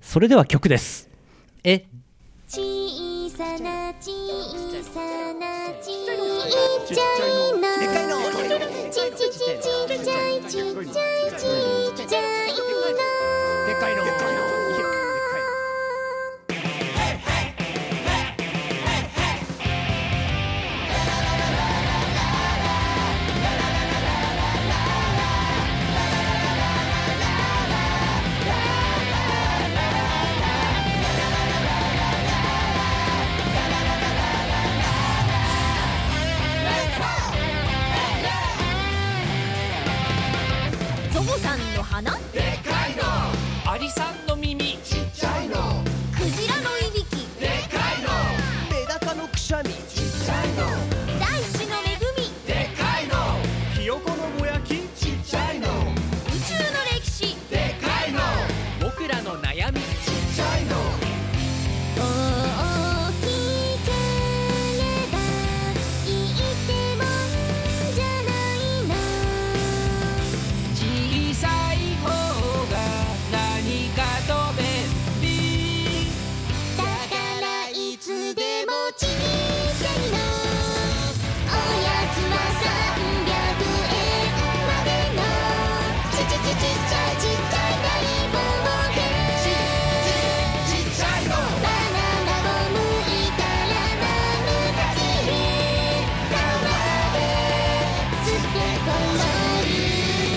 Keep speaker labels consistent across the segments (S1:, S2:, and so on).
S1: それでは曲ですえ
S2: 小さな小さなちっちゃいのちちちちっちゃいちっちゃいちっちゃいの
S3: でっかいのでっかいの
S2: ゾボさんの花ク
S3: アリさんの耳
S2: ジラのいびき
S4: メダカのくしゃみ
S2: 大地の恵み
S3: ひよこのぼやき
S2: 宇宙の歴史
S3: 僕らの悩み
S2: 大きければいいってもんじゃないな
S3: 小さい方が何かと便利
S2: だからいつでもちっちゃいのおやつは300円までのちちちちっちゃいちっちゃい大冒険ちっちゃいのバナナをむいたらなむたちへ川で捨てこまる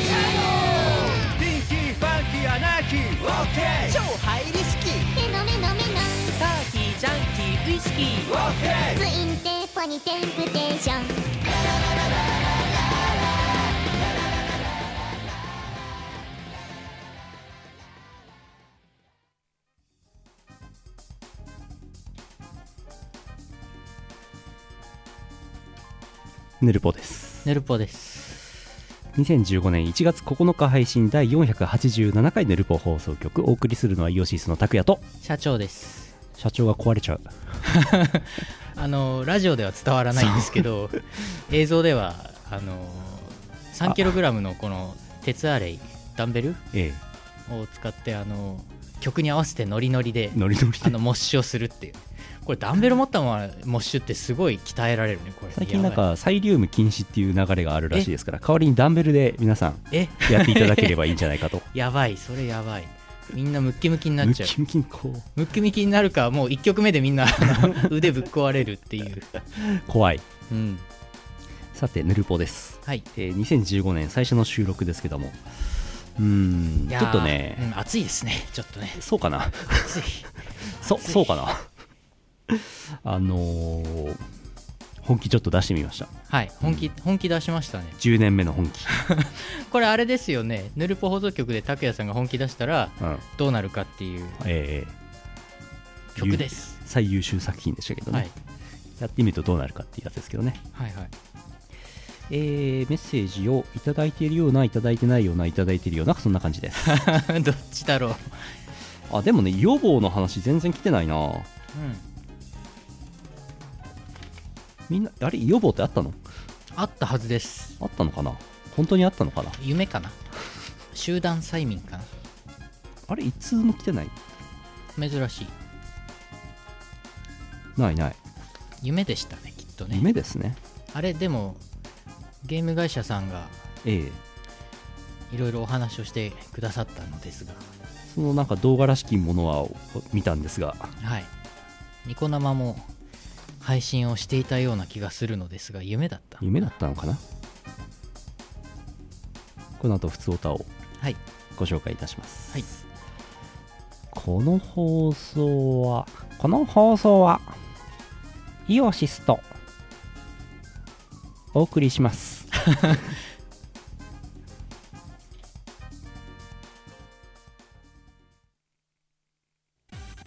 S2: ちゃいの
S3: ピンキーファンキーアナーキーオッケー
S4: 超ハイリスキー
S2: 手の目の目の
S3: ターキージャンキーウイスキーオッケー
S2: ツインテーポニテンプテーション
S1: ヌルポです
S5: ネルポです。
S1: 2015年1月9日配信第487回ヌルポ放送局お送りするのはイオシスの拓也と
S5: 社長です。
S1: 社長が壊れちゃう
S5: あのラジオでは伝わらないんですけど、映像ではあの3キログラムのこの鉄アレイダンベル
S1: ええ
S5: を使ってあの曲に合わせてノリノリで
S1: ノリノリ
S5: あ
S1: で
S5: のモッシュをするっていう。これダンベル持ったままモッシュってすごい鍛えられるねこれ。
S1: 最近なん
S5: やば
S1: かサイリウム禁止っていう流れがあるらしいですから代わりにダンベルで皆さん
S5: いえ
S1: やっていただければいいんじゃないかと
S5: やばいそれやばい。みんなムッキム キになっ
S1: ム
S5: ちゃう。
S1: キムキにこう
S5: ムッキムキになるかもう1曲目でみんなあの 腕ぶっ壊れるっていう。
S1: 怖い
S5: うん。
S1: さてヌルポです
S5: はい。
S1: えー2015年最初の収録ですけどもうーん
S5: い
S1: ちょ
S5: やー
S1: っとね、
S5: うん暑いですねちょっとね
S1: そうかな
S5: 暑い
S1: そ
S5: 暑い
S1: そうかな あのー本気ちょっと出してみました
S5: はい本気、本気出しましたね
S1: 10年目の本気、
S5: これあれですよねヌルポ放送局で拓哉さんが本気出したら
S1: うん
S5: どうなるかっていう
S1: えー
S5: 曲です、
S1: 優最優秀作品でしたけどね、
S5: はい、
S1: やってみるとどうなるかっていうやつですけどね、
S5: はいはい
S1: えーメッセージをいただいているようないただいてないようないただいているようなそんな感じです
S5: どっちだろう、
S1: あでもね予防の話全然来てないな
S5: うん、
S1: みんなあれ予防ってあったの
S5: あったはずです
S1: あったのかな本当にあったのかな
S5: 夢かな集団催眠か
S1: あれ一通も来てない
S5: な珍しい
S1: ないない
S5: 夢でしたねきっとね
S1: 夢ですね
S5: あれでもゲーム会社さんが
S1: ええ
S5: いろいろお話をしてくださったのですが
S1: そのなんか動画らしきものはお見たんですが
S5: はい。ニコ生も配信をしていたような気がするのですが、夢だった。
S1: 夢だったのかなこの後普通歌を
S5: はい。
S1: ご紹介いたします、
S5: はい
S1: この放送はこの放送はイオシスとお送りします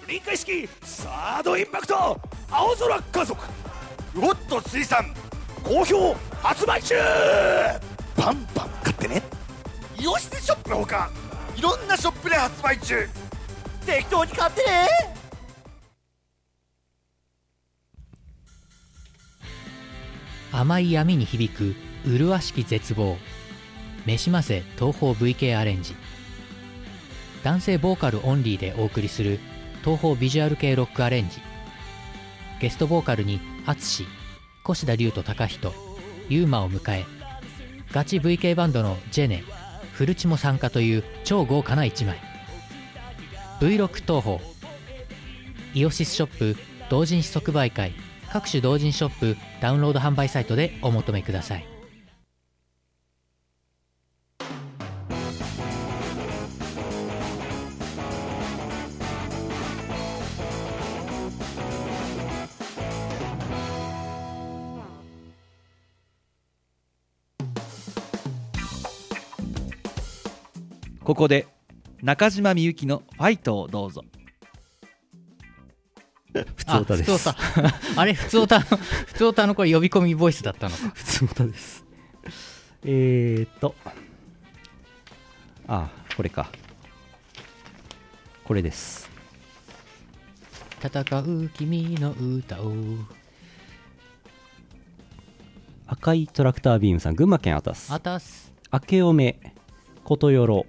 S6: 臨海式サードインパクト青空家族ウォット水産好評発売中バンバン買ってねイオシスショップのほかいろんなショップで発売中適当に買ってね
S5: 甘い闇に響く麗しき絶望。めしませ東方 VK アレンジ。男性ボーカルオンリーでお送りする東方ビジュアル系ロックアレンジゲストボーカルに淳越田龍と高人ユーマを迎えガチ VK バンドのジェネフルチも参加という超豪華な一枚 V6 東宝イオシスショップ同人誌即売会各種同人ショップダウンロード販売サイトでお求めください
S7: ここで中島みゆきの「ファイト」をどうぞ
S1: 普通歌です。
S5: あ普通歌 あれ普通歌の普通歌のこれ呼び込みボイスだったのか
S1: 普通歌です。えーっと、
S7: ああこれかこれです
S5: 戦う君の歌を
S1: 赤いトラクタービームさん、群馬県アタス
S5: あ。たす
S1: 明けおめ、ことよろ、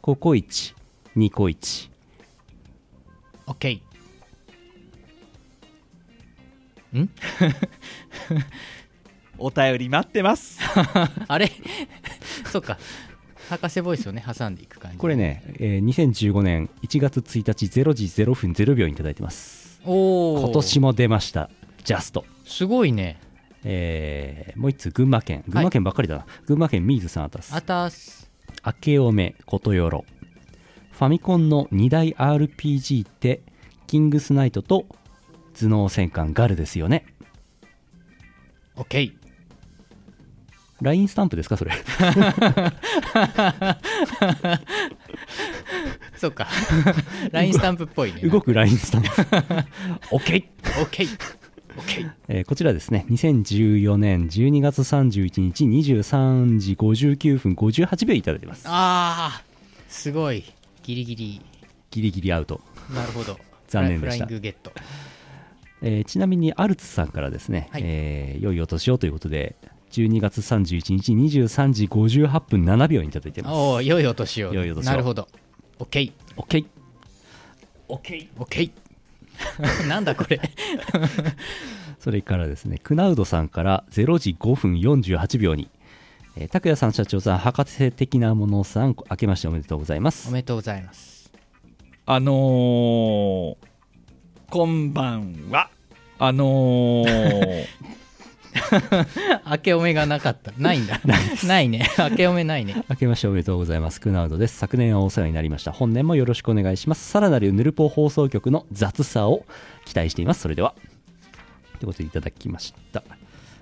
S1: ココイチ、ニコイチ。
S5: OK ん
S7: お便り待ってます
S5: あれ そっか博士ボイスをね挟んでいく感じ
S1: これね、えー2015年1月1日0時0分0秒にいただいてます。
S5: おお
S1: 今年も出ました、ジャスト。
S5: すごいね
S1: えーもう一つ、群馬県。群馬県ばっかりだな。群馬県ミーズさんアタス
S5: あ。たす
S1: 明けおめことよろファミコンの2大 RPG ってキングスナイトと頭脳戦艦ガルですよね
S5: OK
S1: LINE スタンプですかそれ
S5: そっか LINE スタンプっぽいね
S1: 動く LINE スタンプ OK、
S5: OK OK
S1: えーこちらですね2014年12月31日23時59分58秒いただいてます
S5: ああすごいギリギリ
S1: ギリギリアウト、
S5: なるほど
S1: 残念でした
S5: フライングゲット
S1: えーちなみにアルツさんからですね、
S5: はい
S1: えー良いお年をということで12月31日23時58分7秒にいただいてます
S5: おお良いお年を
S1: 良いお年を
S5: なるほど OKOK、
S1: OK
S5: なんだこれ
S1: それからですね、クナウドさんから0時5分48秒に、えー拓也さん、社長さん、博士的なものさん、明けましておめでとうございま
S5: お
S1: す。
S5: めでとうございます
S7: あのー、
S6: こんばんは
S7: あのー、
S5: 明けおめがなかったないんだないね明けおめないね
S1: 明けましておめでとうございます。クナウドです。昨年はお世話になりました。本年もよろしくお願いします。さらなるヌルポ放送局の雑さを期待しています。それでは。ということでいただきました。い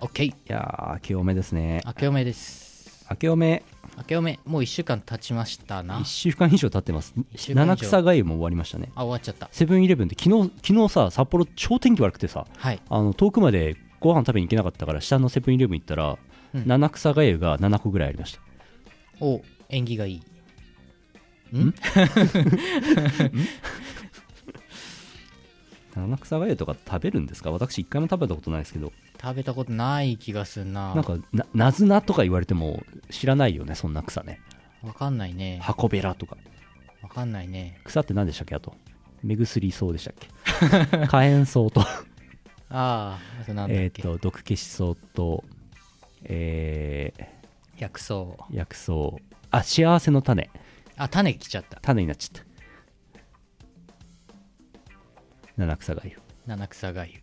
S5: OK
S1: やー、明けおめですね。
S5: 明けおめです
S1: 明けおめ、
S5: 明けおめもう1週間経ちましたな
S1: 1週間以上経ってます。
S5: 週間以上
S1: 七草がゆも終わりましたね。
S5: あ終わっちゃった
S1: セブンイレブンで昨日、昨日さ、札幌超天気悪くてさ、
S5: はい
S1: あの遠くまでご飯食べに行けなかったから下のセブンイレブン行ったら、
S5: うん
S1: 七草がゆが7個ぐらいありました
S5: お縁起がいいん
S1: 七草がゆとか食べるんですか私一回も食べたことないですけど
S5: 食べたことない気がするな
S1: なんかななずなとか言われても知らないよねそんな草ね
S5: わかんないね
S1: 箱べらとか
S5: わかんないね
S1: 草って何でしたっけあと目薬草でしたっけ 火炎草と
S5: あああとなんだ
S1: え
S5: っ
S1: っ
S5: け、
S1: と毒消し草とえ
S5: 薬草
S1: ー薬草あ幸せの種
S5: あ種来ちゃった
S1: 種になっちゃった七草がゆ
S5: 七草がゆ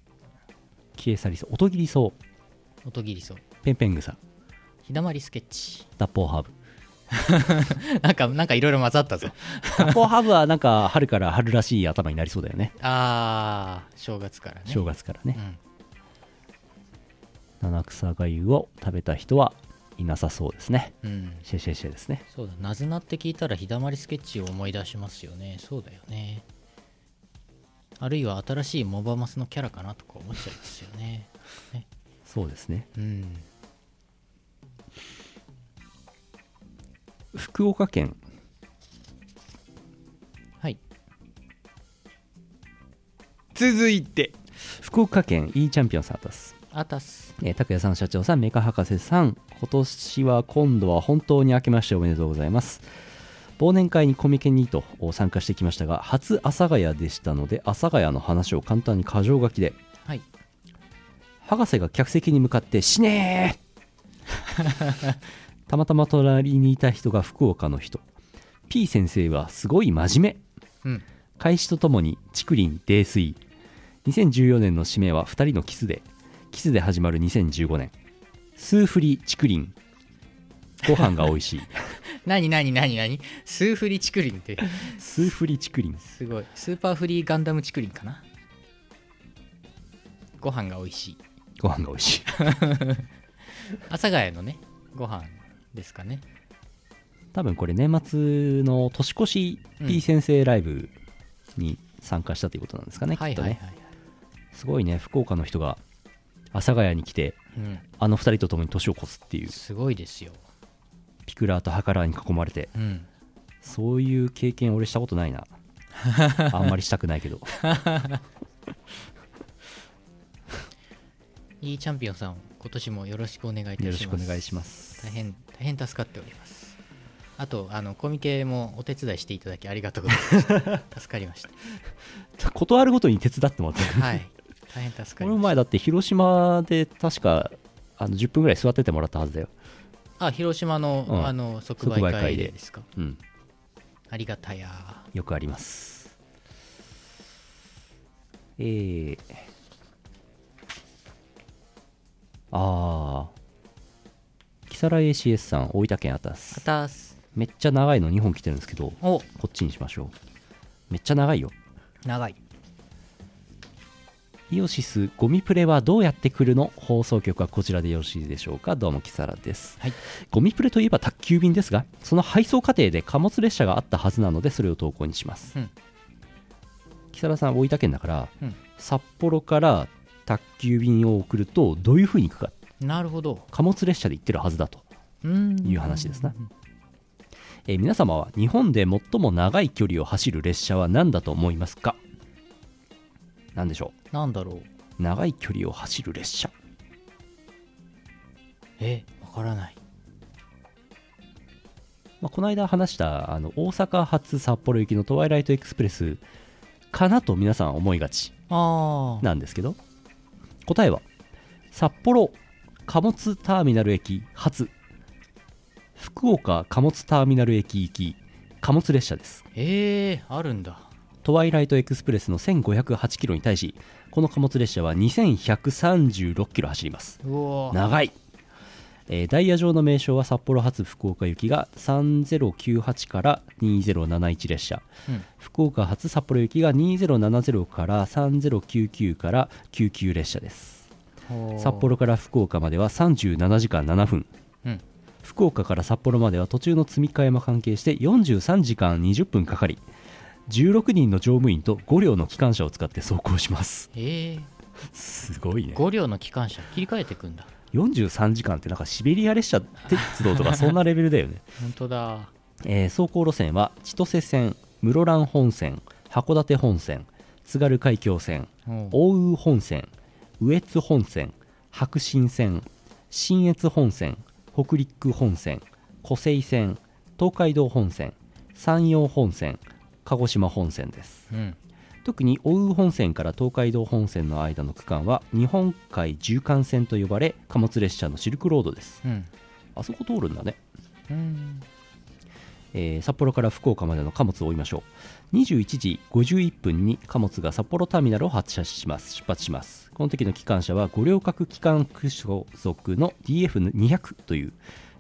S1: 消え去り草音切り草
S5: 音切りそう
S1: ペンペン草
S5: ひだまりスケッチ
S1: 脱法ハーブ
S5: なんかなんかいろいろ混ざったぞ
S1: 脱法ハーブはなんか春から春らしい頭になりそうだよね
S5: ああ正月からね
S1: 正月からね
S5: うん
S1: 七草がゆを食べた人はいなさそうですね
S5: うん
S1: シェシェシェですね
S5: そうだなずなって聞いたら日だまりスケッチを思い出しますよねそうだよねあるいは新しいモバマスのキャラかなとか思っちゃいますよね
S1: そうですね
S5: うん
S1: 福岡県
S5: はい
S7: 続いて
S1: 福岡県 E チャンピオンさんです
S5: あたす
S1: えー拓也さん社長さんメカ博士さん今年は今度は本当に明けましておめでとうございます忘年会にコミケにと参加してきましたが初阿佐ヶ谷でしたので阿佐ヶ谷の話を簡単に箇条書きで
S5: はい
S1: 博士が客席に向かって「死ね ー! 」たまたま隣にいた人が福岡の人 P 先生はすごい真面目
S5: うん
S1: 開始とともに竹林泥酔2014年の締めは2人のキスでキスで始まる2015年数振り竹林ご飯が美味 しい
S5: 何何何何スーフリチクリンって
S1: 数振り竹林
S5: すごいスーパーフリーガンダムチクリンかなご飯が美味しい
S1: ご飯が美味しい
S5: 阿佐ヶ谷のねご飯ですかね
S1: 多分これ年末の年越し
S5: うん
S1: P 先生ライブに参加したということなんですかね、
S5: は
S1: き
S5: い
S1: っと
S5: はいはい
S1: ね、すごいね福岡の人が阿佐ヶ谷に来て
S5: うん、
S1: あの2人と共に年を越すっていう
S5: すごいですよ、
S1: ピクラーとハカラーに囲まれて
S5: うん、
S1: そういう経験俺したことない なあんまりしたくないけど
S5: いいチャンピオンさん今年もよろしくお願いいたします
S1: よろしくお願いします
S5: 大変大変助かっておりますあとあのコミケもお手伝いしていただきありがとうござい ました助かりました
S1: 断るごとに手伝ってもらってる
S5: はい大変助か
S1: こ
S5: り
S1: の
S5: まし
S1: 前だって広島で確かあの10分ぐらい座っててもらったはずだよ
S5: たあ広島の,、
S1: うん
S5: あの即売
S1: 即売
S5: 会
S1: 会で
S5: でですか
S1: うん
S5: ありがたや
S1: よくありますえー、あー木更津 ACS さん大分県あた
S5: あ
S1: す
S5: たーす
S1: めっちゃ長いの2本来てるんですけど
S5: お
S1: こっちにしましょうめっちゃ長いよ
S5: 長い
S1: イオシスゴミプレはどうやって来るの放送局はこちらでよろしいでしょうかどうもキサラです、
S5: はい
S1: ゴミプレといえば宅急便ですがその配送過程で貨物列車があったはずなのでそれを投稿にします、
S5: うん
S1: キサラさん大分県だから、
S5: うん
S1: 札幌から宅急便を送るとどういう風に行くか
S5: なるほど
S1: 貨物列車で行ってるはずだと
S5: うーん
S1: いう話ですな、えー皆様は日本で最も長い距離を走る列車は何だと思いますか何でしょ
S5: なんだろう
S1: う長い距離を走る列車
S5: えわからない
S1: まあ、この間話したあの大阪発札幌行きのトワイライトエクスプレスかなと皆さん思いがち
S5: ああ
S1: なんですけど答えは札幌貨物ターミナル駅発福岡貨物ターミナル駅行き貨物列車です
S5: ええー、あるんだ
S1: トワイライトエクスプレスの1508キロに対しこの貨物列車は2136キロ走ります
S5: うおー
S1: 長い、えーダイヤ上の名称は札幌発福岡行きが3098から2071列車、
S5: うん
S1: 福岡発札幌行きが2070から3099から99列車です
S5: おー
S1: 札幌から福岡までは37時間7分
S5: うん
S1: 福岡から札幌までは途中の積み替えも関係して43時間20分かかり16人の乗務員と5両の機関車を使って走行します
S5: ええ
S1: すごいね
S5: 5両の機関車切り替えてくんだ
S1: 43時間ってなんかシベリア列車鉄道とかそんなレベルだ よね、
S5: 本当だ
S1: えー走行路線は千歳線室蘭本線函館本線津軽海峡線
S5: お
S1: 奥
S5: う
S1: 羽本線羽越本線白新線信越本線北陸本線湖西線東海道本線山陽本線鹿児島本線です
S5: うん
S1: 特に奥羽本線から東海道本線の間の区間は日本海縦貫線と呼ばれ貨物列車のシルクロードです
S5: うん
S1: あそこ通るんだね、
S5: うん
S1: えー札幌から福岡までの貨物を追いましょう21時51分に貨物が札幌ターミナルを発車します出発しますこの時の機関車は五稜郭機関区所属の DF200 という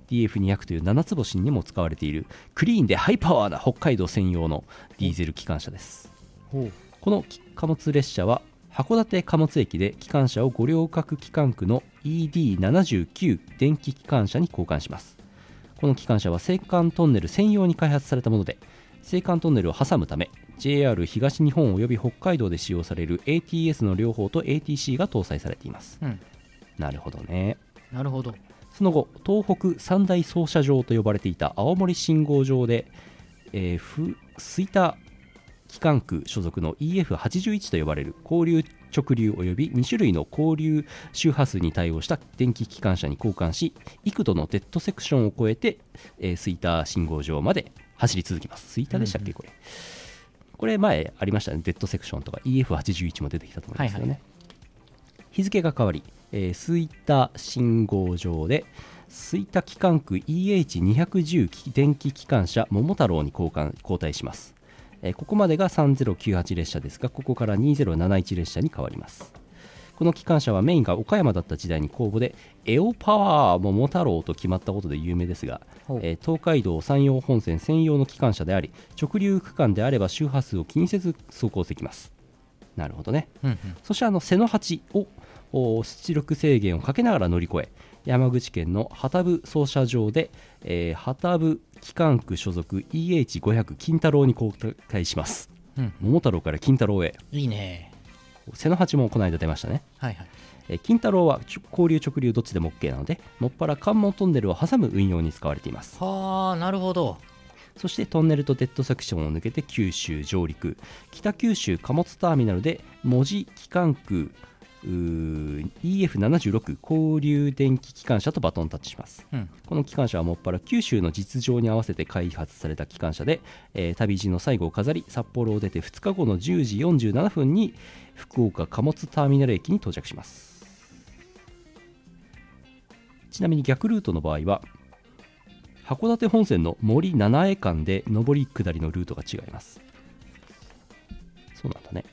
S1: DF200 という7つ星にも使われているクリーンでハイパワーな北海道専用のディーゼル機関車です
S5: ほう
S1: この貨物列車は函館貨物駅で機関車を五稜郭機関区の ED79 電気機関車に交換しますこの機関車は青函トンネル専用に開発されたもので青函トンネルを挟むため JR 東日本および北海道で使用される ATS の両方と ATC が搭載されています
S5: うん
S1: なるほどね
S5: なるほど
S1: その後東北三大操車場と呼ばれていた青森信号場で、えー、ふ吹田機関区所属の EF81 と呼ばれる交流直流及び2種類の交流周波数に対応した電気機関車に交換し幾度のデッドセクションを越えて、えー、吹田信号場まで走り続きます。スイーターでしたっ
S5: うん
S1: け、
S5: う
S1: これ。これ、前ありましたね、デッドセクションとか EF81 も出てきたと思うんですよ
S5: はい
S1: ね。日付が変わり、えースイタ信号場で、吹田機関区 EH210 電気機関車桃太郎に交換交代します、えーここまでが3098列車ですがここから2071列車に変わりますこの機関車はメインが岡山だった時代に公募でエオパワー桃太郎と決まったことで有名ですが、
S5: ほう
S1: えー東海道山陽本線専用の機関車であり直流区間であれば周波数を気にせず走行できますなるほどね
S5: うんうん
S1: そしてあの瀬の八をお出力制限をかけながら乗り越え山口県の旗部操車場で、えー、旗部機関区所属 EH500 金太郎に交代します、
S5: うん
S1: 桃太郎から金太郎へ
S5: いいね
S1: 瀬の八もこの間出ましたね、
S5: はいはい
S1: えー金太郎はちょ交流直流どっちでも OK なのでもっぱら関門トンネルを挟む運用に使われています
S5: はあなるほど
S1: そしてトンネルとデッドセクションを抜けて九州上陸北九州貨物ターミナルで門司機関区うー EF76 交流電気機関車とバトンタッチします
S5: うん
S1: この機関車はもっぱら九州の実情に合わせて開発された機関車で、えー旅路の最後を飾り札幌を出て2日後の10時47分に福岡貨物ターミナル駅に到着しますちなみに逆ルートの場合は函館本線の森七重間で上り下りのルートが違いますそうなんだね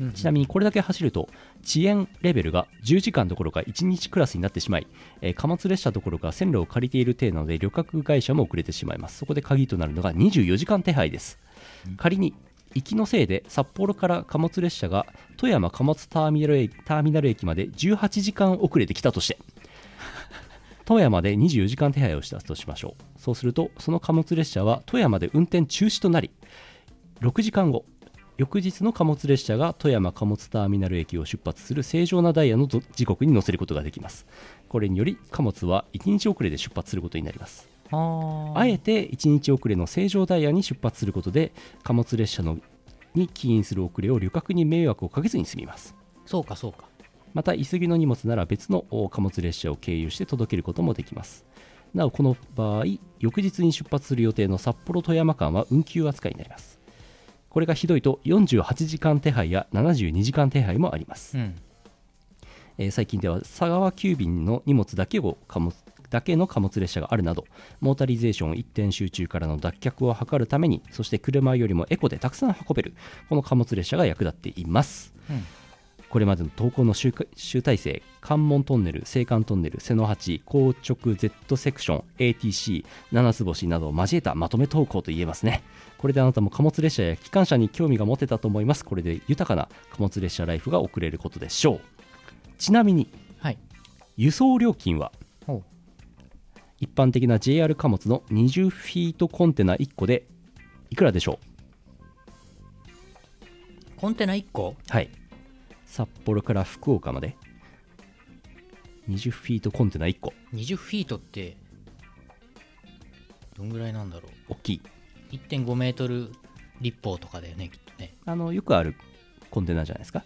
S5: うん
S1: ちなみにこれだけ走ると遅延レベルが10時間どころか1日クラスになってしまい、えー貨物列車どころか線路を借りている程なので旅客会社も遅れてしまいますそこで鍵となるのが24時間手配です仮に行きのせいで札幌から貨物列車が富山貨物ターミナル駅ターミナル駅まで18時間遅れてきたと して富山で24時間手配をしたとしましょうそうするとその貨物列車は富山で運転中止となり6時間後翌日の貨物列車が富山貨物ターミナル駅を出発する正常なダイヤのど時刻に乗せることができますこれにより貨物は1日遅れで出発することになります
S5: は
S1: あえて1日遅れの正常ダイヤに出発することで貨物列車のに起因する遅れを旅客に迷惑をかけずに済みます
S5: そうかそうか
S1: また、急ぎの荷物なら別のお貨物列車を経由して届けることもできます。なお、この場合、翌日に出発する予定の札幌富山間は運休扱いになります。これがひどいと48時間手配や72時間手配もあります。
S5: うん
S1: えー最近では佐川急便の荷物だけを貨物だけの貨物列車があるなどモータリゼーション一点集中からの脱却を図るためにそして車よりもエコでたくさん運べるこの貨物列車が役立っています、
S5: うん
S1: これまでの投稿の集会集大成関門トンネル青函トンネル瀬の八硬直 Z セクション ATC 七つ星などを交えたまとめ投稿と言えますねこれであなたも貨物列車や機関車に興味が持てたと思いますこれで豊かな貨物列車ライフが送れることでしょうちなみに
S5: はい
S1: 輸送料金は
S5: ほう
S1: 一般的な JR 貨物の20フィートコンテナ1個でいくらでしょ
S5: コンテナ1個
S1: うはい札幌から福岡まで20フィートコンテナ1個
S5: 20フィートってどんぐらいなんだろ
S1: 大きいう
S5: 1.5メートル立方とかだよねきっとね
S1: あのよくあるコンテナじゃないですか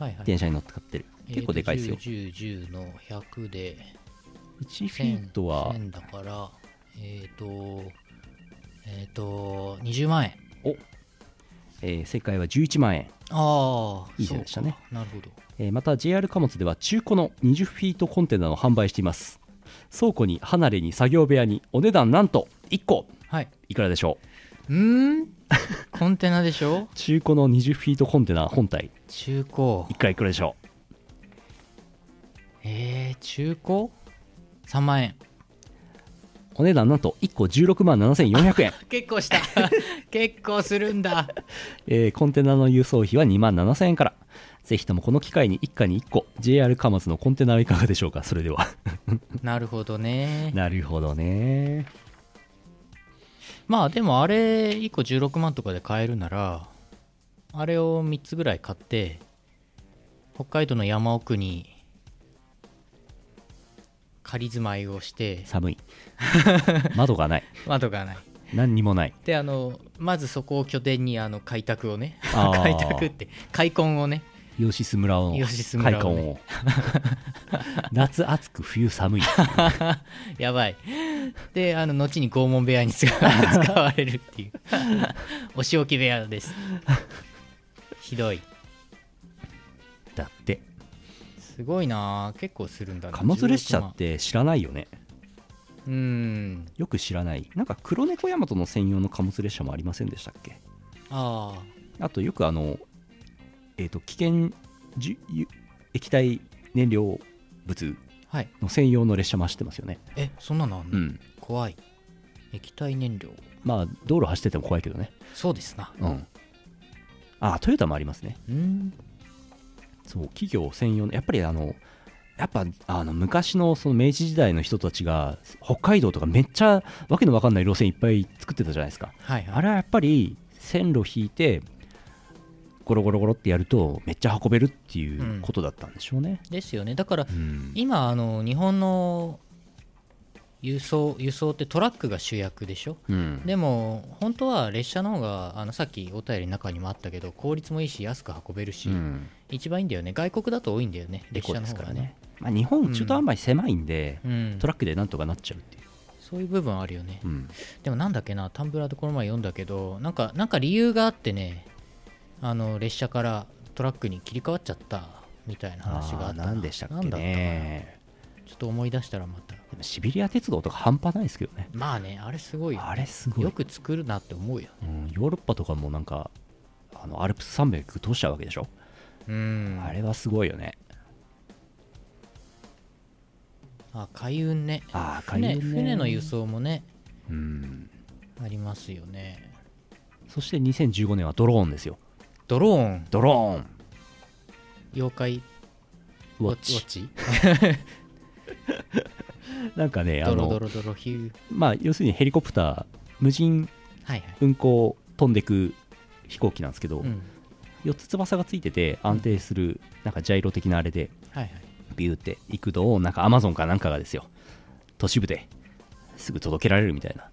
S5: はいはい
S1: 電車に乗って買ってる結構でかいですよ
S5: え、ーと10、10の100で
S1: 1フィートは
S5: 1000だからえっ、とえっ、と20万円
S1: えー正解は11万円
S5: ああ
S1: いい線でしたね
S5: なるほど
S1: えーまた JR 貨物では中古の20フィートコンテナを販売しています倉庫に離れに作業部屋にお値段なんと1個
S5: はい
S1: いくらでしょ
S5: うーん コンテナでしょ
S1: う中古の20フィートコンテナ本体
S5: 中古
S1: いくらいくらでしょう
S5: えー、中古3万円
S1: お値段なんと1個16万7400円、
S5: 結構した結構するんだ
S1: えーコンテナの輸送費は2万7000円からぜひともこの機会に一家に1個 JR 貨物のコンテナはいかがでしょうかそれでは
S5: なるほどね
S1: なるほどね
S5: まあでもあれ1個16万とかで買えるならあれを3つぐらい買って北海道の山奥に仮住まいをして
S1: 寒い 窓がない
S5: 窓がない
S1: 何にもない
S5: であのまずそこを拠点にあの開拓をね
S1: あー
S5: 開拓って開墾をね
S1: 吉須村の
S5: 吉須
S1: 開
S5: 村
S1: 墾
S5: を
S1: を
S5: ね
S1: 夏暑く冬寒い
S5: やばいであの後に拷問部屋に使使われる っていうお仕置き部屋ですひどい
S1: だって
S5: すごいなあ結構するんだな
S1: 貨物列車
S5: 16万
S1: って知らないよね
S5: うん
S1: よく知らないなんか黒猫ヤマトの専用の貨物列車もありませんでしたっけ
S5: あ
S1: あとよくあのえっ、と危険じゅ液体燃料物
S5: あはい
S1: の専用の列車も走ってますよね
S5: えそんなのあんの、
S1: うん
S5: 怖い液体燃料
S1: まあ道路走ってても怖いけどね
S5: そうですな
S1: うんあトヨタもありますね
S5: うん
S1: そう企業専用のやっぱりあのやっぱあの昔のその明治時代の人たちが北海道とかめっちゃわけのわかんない路線いっぱい作ってたじゃないですか
S5: はいはい
S1: あれはやっぱり線路引いてゴロゴロゴロってやるとめっちゃ運べるっていうことだったんでしょうね、
S5: ですよねだから
S1: うん
S5: 今あの日本の輸送輸送ってトラックが主役でしょ
S1: うん
S5: でも本当は列車の方があのさっきお便りの中にもあったけど効率もいいし安く運べるし、
S1: うん
S5: 一番いいんだよね外国だと多いんだよね
S1: エ
S5: 列
S1: コで
S5: 車の
S1: す
S5: 方
S1: か
S5: が
S1: ら
S5: ね
S1: ね、まあ、日本中途半端に狭いんで、
S5: うん
S1: トラックでなんとかなっちゃうっていう、
S5: そういう部分あるよね、
S1: うん
S5: でもなんだっけなタンブラーでこの前読んだけどなんかなんか理由があってねあの列車からトラックに切り替わっちゃったみたいな話があった
S1: 何でしたっけ
S5: なんだった
S1: ね
S5: かなちょっと思い出したらまた
S1: でもシベリア鉄道とか半端ないですけどね
S5: まあねあれすごいよ
S1: あれすごい
S5: よく作るなって思うよ
S1: うん、ヨーロッパとかもなんかあのアルプス山脈通しちゃうわけでしょ、
S5: うん
S1: あれはすごいよね
S5: あ海運ね
S1: ああ
S5: 船船の輸送もね
S1: うん
S5: ありますよね
S1: そして2015年はドローンですよ
S5: ドローン
S1: ドローン
S5: 妖怪
S1: ウォッチ
S5: チ
S1: なんかねあ
S5: ド
S1: の
S5: ロドロドロヒュー
S1: まあ要するにヘリコプター無人
S5: はいはい、
S1: 運航飛んでく飛行機なんですけど、
S5: うん、
S1: 4つ翼がついてて安定するなんかジャイロ的なあれで
S5: はいはい
S1: ビューって行くのをなんかアマゾンかなんかがですよ都市部ですぐ届けられるみたいな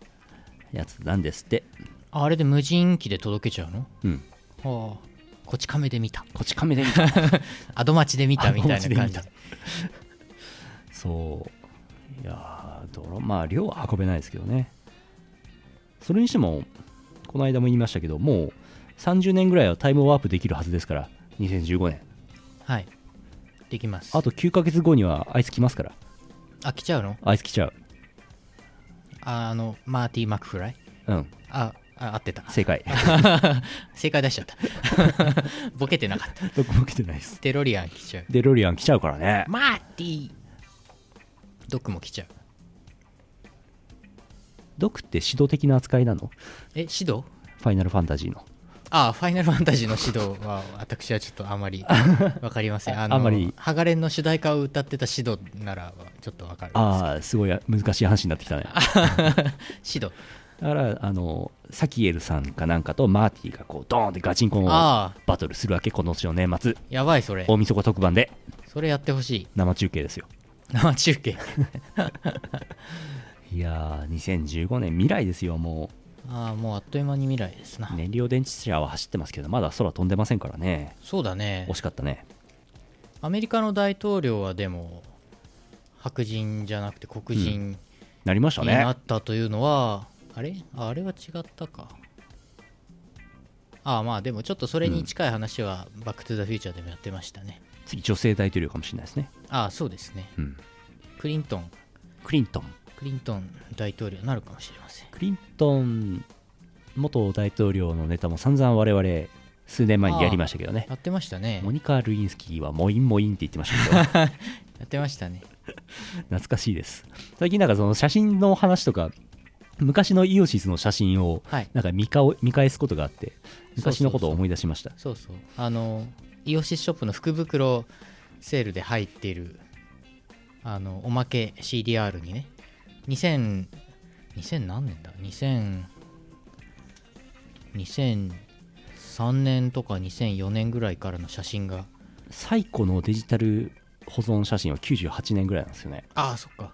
S1: やつなんですって
S5: ああれで無人機で届けちゃうの
S1: うん
S5: はあこち亀で見た
S1: こっち亀で見た
S5: アドマチで見たみたいな
S1: アドマ
S5: 感
S1: チ
S5: じ
S1: で見そういやー泥まあ量は運べないですけどねそれにしてもこの間も言いましたけどもう30年ぐらいはタイムワープできるはずですから2015年
S5: はいできます
S1: あと9ヶ月後にはアイス来ますから
S5: あ来ちゃうの
S1: アイス来ちゃう
S5: ああのマーティー・マックフライ
S1: うん
S5: ああ合っ てた
S1: 正解
S5: 正解出しちゃった ボケてなかった
S1: どこも来てないです
S5: デロリアン来ちゃう
S1: デロリアン来ちゃうからね
S5: マーティードックも来ちゃう
S1: ドクって指導的な扱いなの
S5: え指導
S1: ファイナルファンタジーの
S5: ああファイナルファンタジーの指導は私はちょっとあまりわかりませんあ の
S1: あんまり
S5: ハガレンの主題歌を歌ってた指導ならちょっとわかる
S1: ああすごい難しい話になってきたね
S5: 指導
S1: だからあのサキエルさんかなんかとマーティがこうドーンってガチンコンを
S5: ああ
S1: バトルするわけこの年の年末
S5: やばいそれ
S1: 大晦日特番で
S5: それやってほしい
S1: 生中継ですよ
S5: 生中継
S1: いやー2015年未来ですよも
S5: ああもうあっという間に未来ですな、
S1: う燃料電池車は走ってますけどまだ空飛んでませんからね
S5: そうだね
S1: 惜しかったね
S5: アメリカの大統領はでも白人じゃなくて黒人
S1: なりまし
S5: に
S1: た
S5: な
S1: ね
S5: ったというのは、あれああれは違ったかああまあでもちょっとそれに近い話は「バック・トゥ・ザ・フューチャー」でもやってましたね、
S1: 次女性大統領かもしれないですね
S5: ああそうですね、
S1: うん
S5: クリントン
S1: クリントン
S5: クリントン大統領になるかもしれません
S1: クリントン元大統領のネタも散々我々数年前にやりましたけどね
S5: やってましたね
S1: モニカ・ルインスキーはモインモインって言ってました けど
S5: やってましたね
S1: 懐かしいです最近なんかその写真の話とか昔のイオシスの写真を
S5: はい
S1: なんか見かお見返すことがあって昔のことを思い出しました
S5: そうそうあのイオシスショップの福袋セールで入っているあのおまけ CDR にね2000 2000何年だ2000 2003年とか2004年ぐらいからの写真が
S1: 最古のデジタル保存写真は98年ぐらいなんですよね、
S5: ああそっか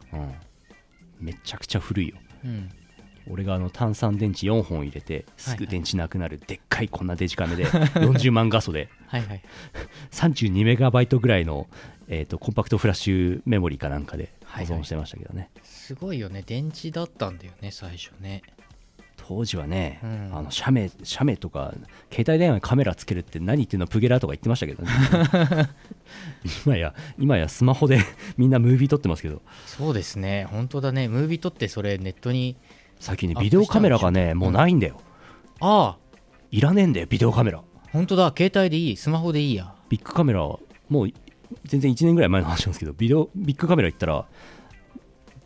S1: めちゃくちゃ古いよ
S5: うん
S1: 俺があの炭酸電池4本入れてすぐ電池なくなるでっかいこんなデジカメ で40万画素で
S5: はいはい
S1: 32メガバイトぐらいの、えー、とコンパクトフラッシュメモリかなんかで保
S5: はいはい
S1: 存してましたけどね、
S5: すごいよね電池だったんだよね最初ね
S1: 当時はね、
S5: うん
S1: あの写メ写メとか携帯電話にカメラつけるって何言ってんのプゲラとか言ってましたけど ね今や今やスマホで みんなムービー撮ってますけど
S5: そうですね本当だねムービー撮ってそれネットに
S1: 最近ね
S5: アップ
S1: ビデオカメラが
S5: した
S1: ね
S5: んでしょ
S1: もうないんだよ、
S5: ああ
S1: いらねえんだよビデオカメラ
S5: 本当だ携帯でいいスマホでいいや
S1: ビッグカメラはもう全然1年ぐらい前の話なんですけどビデオビッグカメラ行ったら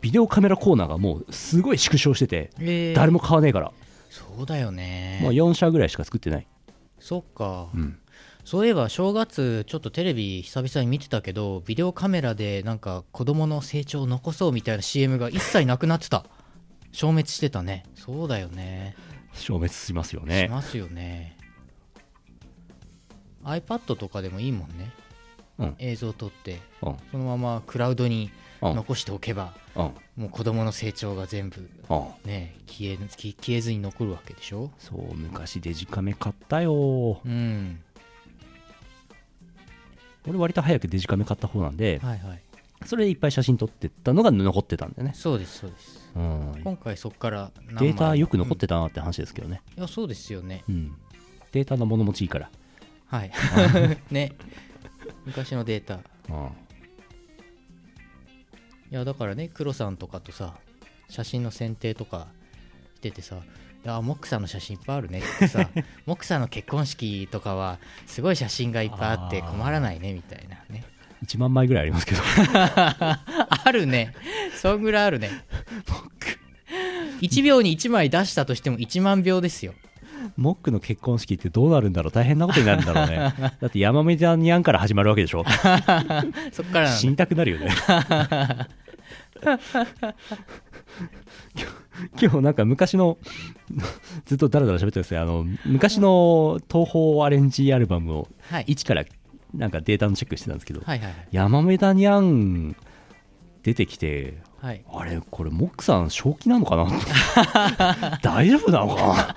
S1: ビデオカメラコーナーがもうすごい縮小してて
S5: え
S1: 誰も買わねえから、
S5: そうだよね
S1: もう4社ぐらいしか作ってない、
S5: そっか、
S1: うん
S5: そういえば正月ちょっとテレビ久々に見てたけどビデオカメラでなんか子供の成長を残そうみたいな CM が一切なくなってた消滅してたねそうだよね
S1: 消滅しますよ
S5: し
S1: ね
S5: ますよね iPad とかでもいいもんね、
S1: うん
S5: 映像撮って
S1: うん
S5: そのままクラウドに
S1: うん
S5: 残しておけば、
S1: うん
S5: もう子供の成長が全部
S1: うん
S5: ね消え消消えずに残るわけでしょ
S1: そう昔デジカメ買ったよ
S5: うん
S1: 俺割と早くデジカメ買った方なんで
S5: はいはい
S1: それでいっぱい写真撮ってったのが残ってたんだよね、
S5: そうですそうです
S1: うん、
S5: 今回そこから何枚
S1: データよく残ってたなって話ですけどね、
S5: うんいやそうですよね
S1: うん、データの物持ちいいから
S5: はい ね昔のデータい
S1: うん
S5: やだからね黒さんとかとさ写真の選定とかしててさいやモックさんの写真いっぱいあるねっ てさモックさんの結婚式とかはすごい写真がいっぱいあって
S1: あー
S5: 困らないねみたいなね
S1: 1万枚ぐらいありますけど
S5: あるねそんぐらいあるね1秒に1枚出したとしても1万秒ですよ
S1: モックの結婚式ってどうなるんだろう大変なことになるんだろうねだって山目ダニアンから始まるわけでしょ
S5: そっからなんだ
S1: 死にたくなるよね 今日今日なんか昔のずっとダラダラ喋ってますけどあの昔の東宝アレンジアルバムを
S5: はい
S1: 一からなんかデータのチェックしてたんですけど、
S5: はいはいはい
S1: 山目ダニャン出てきて
S5: はい
S1: あれこれモックさん正気なのかな大丈夫な のか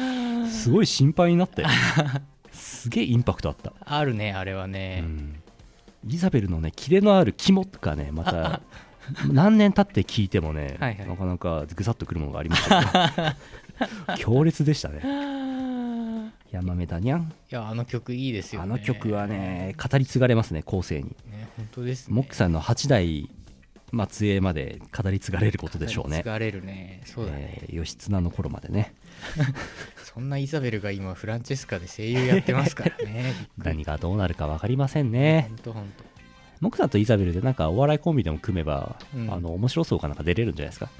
S1: なすごい心配になったよすげえインパクトあった、
S5: あるねあれはね、
S1: うんイザベルのねキレのある肝とかねま た何年経って聞いてもね、
S5: はいはい
S1: なかなかぐさっとくるものがありました けど強烈でしたね山目だにゃん
S5: いやあの曲いいですよ
S1: あ
S5: ね
S1: の曲はね語り継がれますね後世に
S5: ね本当ですね
S1: モックさんの8代末裔まで語り継がれることでしょうね
S5: 疲れるねそうだね、
S1: えー義経の頃までね
S5: そんなイザベルが今フランチェスカで声優やってますから ね
S1: 何がどうなるか分かりませんね
S5: 本当本
S1: モクさんとイザベルでなんかお笑いコンビでも組めば、
S5: うん
S1: あの面白そうかなんか出れるんじゃないですか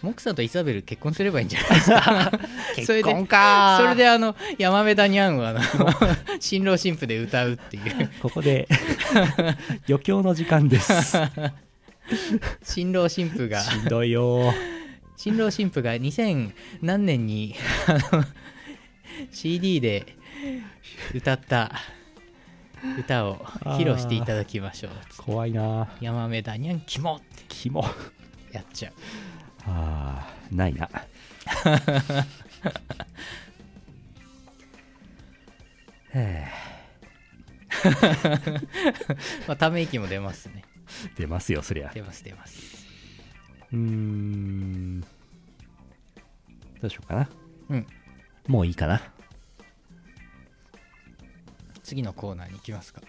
S5: 当モクさんとイザベル結婚すればいいんじゃないで すか結婚かそれでそれであの山目ダニャンはあの 新郎新婦で歌うっていう
S1: ここで 余興の時間です
S5: 新郎新婦が
S1: しんどいよ
S5: 新郎新婦が2000何年にあの CD で歌った歌を披露していただきましょう
S1: 怖いな
S5: ヤマメダニャンキモって
S1: キモ
S5: やっちゃう
S1: あーない な
S5: まあため息も出ますね
S1: 出ますよそりゃ
S5: 出ます出ます
S1: うーんどうしようかな
S5: うん
S1: もういいかな
S5: 次のコーナーに行きますか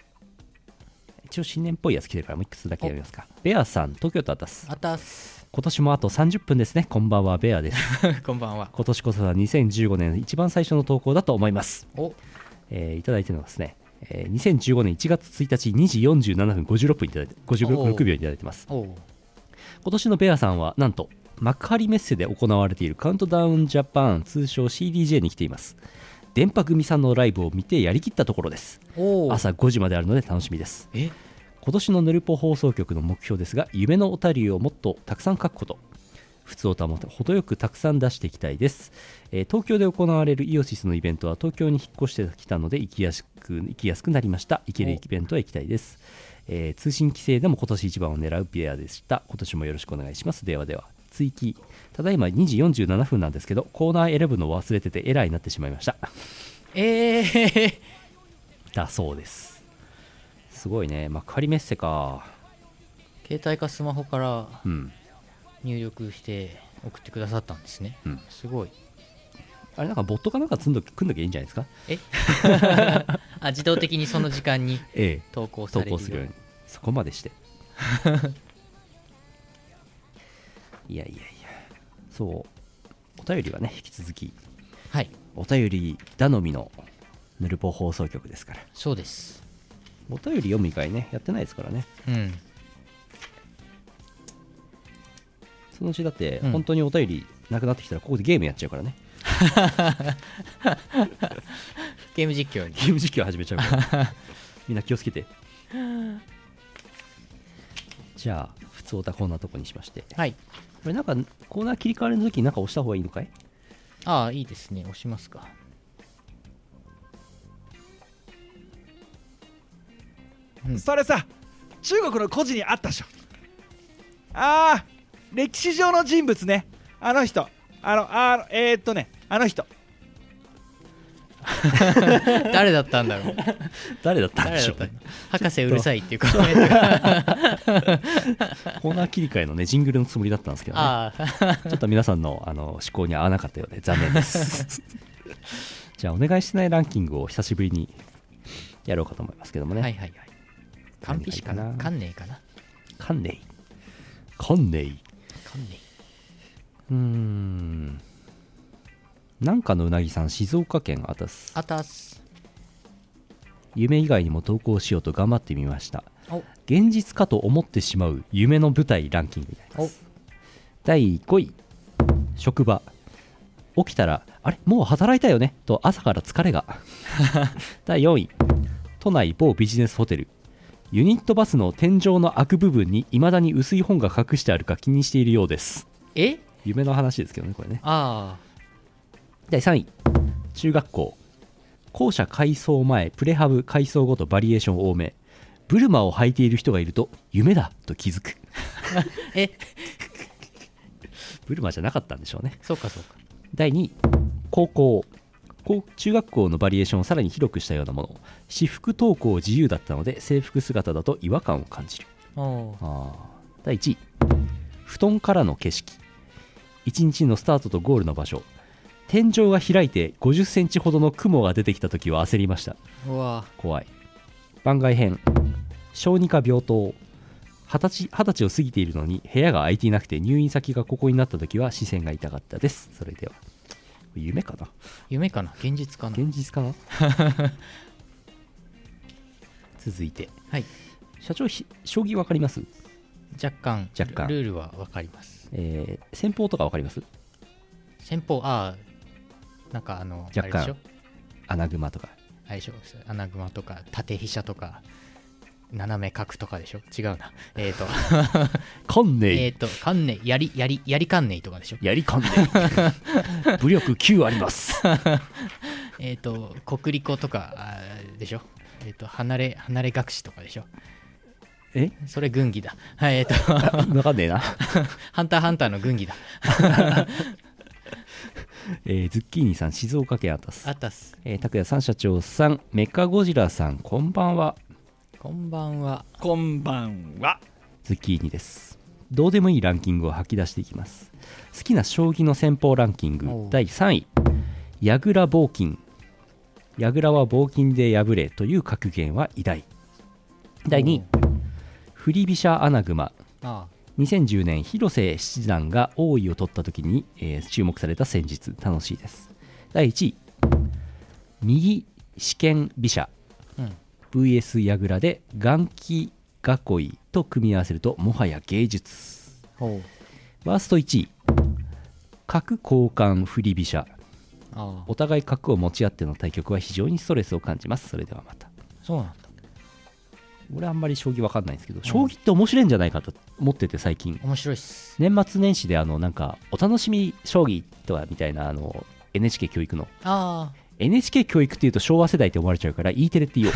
S1: 一応新年っぽいやつ来てるからもういくつだけ読みますかベアさん東京都あたす
S5: あたっす
S1: 今年もあと30分ですねこんばんはベアです
S5: こんばんは
S1: 今年こそは2015年一番最初の投稿だと思います、
S5: お
S1: えーいただいてるのはですね、えー2015年1月1日2時47分56分いただいて56秒いただいてます
S5: おう
S1: 今年のベアさんはなんと幕張メッセで行われているカウントダウンジャパン通称 CDJ に来ています電波組さんのライブを見てやりきったところです
S5: おう
S1: 朝5時まであるので楽しみです
S5: え
S1: 今年のヌルポ放送局の目標ですが夢のおたりをもっとたくさん書くこと普通歌も程よくたくさん出していきたいです、えー東京で行われるイオシスのイベントは東京に引っ越してきたので行きやすく行きやすくなりました行けるイベントは行きたいですえー通信規制でも今年一番を狙うビアでした今年もよろしくお願いしますではでは追記ただいま2時47分なんですけどコーナー選ぶのを忘れててエラーになってしまいました
S5: えー、
S1: だそうですすごいねまあ仮メッセか
S5: 携帯かスマホから
S1: うん
S5: 入力して送ってくださったんですね、
S1: うん
S5: すごい
S1: あれなんかボットかなんか積んどくんだけいいんじゃないですか
S5: えあ自動的にその時間に
S1: ええ
S5: 投稿さ
S1: 投
S5: れるよ
S1: 稿
S5: う
S1: するようにそこまでして いやいやいやそうお便りはね引き続き
S5: はい
S1: お便り頼みのヌルポ放送局ですから
S5: そうです
S1: お便り読む以外ねやってないですからね
S5: うん
S1: そのうちだって
S5: うん
S1: 本当にお便りなくなってきたらここでゲームやっちゃうからね、
S5: ゲーム実況に
S1: ゲーム実況始めちゃうから みんな気をつけてじゃあ普通オタこんなとこにしましてこ
S5: はい
S1: れなんかコーナー切り替わりの時になんか押した方がいいのかい
S5: ああいいですね押しますか
S8: それさ中国の故事にあったでしょあー歴史上の人物ねあの人あのあのえー、っとねあの人
S5: 誰だったんだろう
S1: 誰だったんで
S5: 誰
S1: しょ
S5: だっ
S1: う
S5: た
S1: ね
S5: んだ博士うるさいっていうコメントが
S1: コーナー切り替えのねジングルのつもりだったんですけど、ね、
S5: ああ
S1: ちょっと皆さんのあの思考に合わなかったようで残念です じゃあお願いしてないランキングを久しぶりにやろうかと思いますけどもね、
S5: はいはいはい完璧しかな
S1: 何がいいかな
S5: 観念かな
S1: カンネイカンネイ
S5: 観念
S1: うーんなんかのうなぎさん静岡県あたす
S5: あたす
S1: 夢以外にも投稿しようと頑張ってみました
S5: お
S1: 現実かと思ってしまう夢の舞台ランキングになります第5位職場起きたらあれもう働いたよねと朝から疲れが第4位都内某ビジネスホテルユニットバスの天井の開く部分にいまだに薄い本が隠してあるか気にしているようです
S5: え
S1: 夢の話ですけどねこれね
S5: ああ
S1: 第3位中学校校舎改装前プレハブ改装後とバリエーション多めブルマを履いている人がいると夢だと気づく
S5: え
S1: ブルマじゃなかったんでしょうね
S5: そうかそうか
S1: 第2位高校高中学校のバリエーションをさらに広くしたようなもの私服登校自由だったので制服姿だと違和感を感じる
S5: おー
S1: あー第1位布団からの景色1日のスタートとゴールの場所天井が開いて5 0センチほどの雲が出てきた時は焦りました
S5: うわ
S1: 怖い番外編小児科病棟二十歳二十歳を過ぎているのに部屋が空いていなくて入院先がここになった時は視線が痛かったですそれでは夢かな
S5: 夢かな現実かな
S1: 現実かな 続いて
S5: はい
S1: 社長ひ将棋わかります、
S5: 若干
S1: 若干
S5: ルールは分かります
S1: えー戦法とかわかります
S5: 先方ああなんかあの
S1: 若干
S5: あれでしょ
S1: 穴熊とか
S5: あれでしょ穴熊とか縦飛車とか斜め角とかでしょ違うなえっ、ー、と
S1: かんね
S5: えっと観念やりやりやり観念とかでしょ
S1: やりかんねえ武力9あります
S5: えっ、ー、と国立とかあーでしょえっ、と離れ離れ学士とかでしょ
S1: え
S5: それ軍技だはいえっ、ー、と
S1: わかんねえな、
S5: ハンターハンターの軍技だ
S1: えーズッキーニさん静岡県あたす
S5: あったっす
S1: えー、拓也さん社長さんメカゴジラさんこんばんは
S5: こんばんは
S8: こんばんは
S1: ズッキーニですどうでもいいランキングを吐き出していきます好きな将棋の戦法ランキン
S5: お
S1: グ
S5: う
S1: 第3位矢倉棒金矢倉は棒金で破れという格言は偉大第2位振り飛車穴熊
S5: あ
S1: 2010年広瀬七段が王位を取った時に、えー注目された戦術楽しいです第1位右四間飛車、VS 矢倉で眼気囲いと組み合わせるともはや芸術
S5: あほう
S1: ワースト1位角交換振り飛車
S5: ああ
S1: お互い角を持ち合っての対局は非常にストレスを感じますそれではまた
S5: そうなんだ
S1: 俺あんまり将棋わかんないんですけど将棋って面白いんじゃないかと思ってて最近
S5: 面白いっす
S1: 年末年始であのなんかお楽しみ将棋とはみたいなあの NHK 教育の
S5: ああ
S1: NHK 教育っていうと昭和世代って思われちゃうから E テレって言おう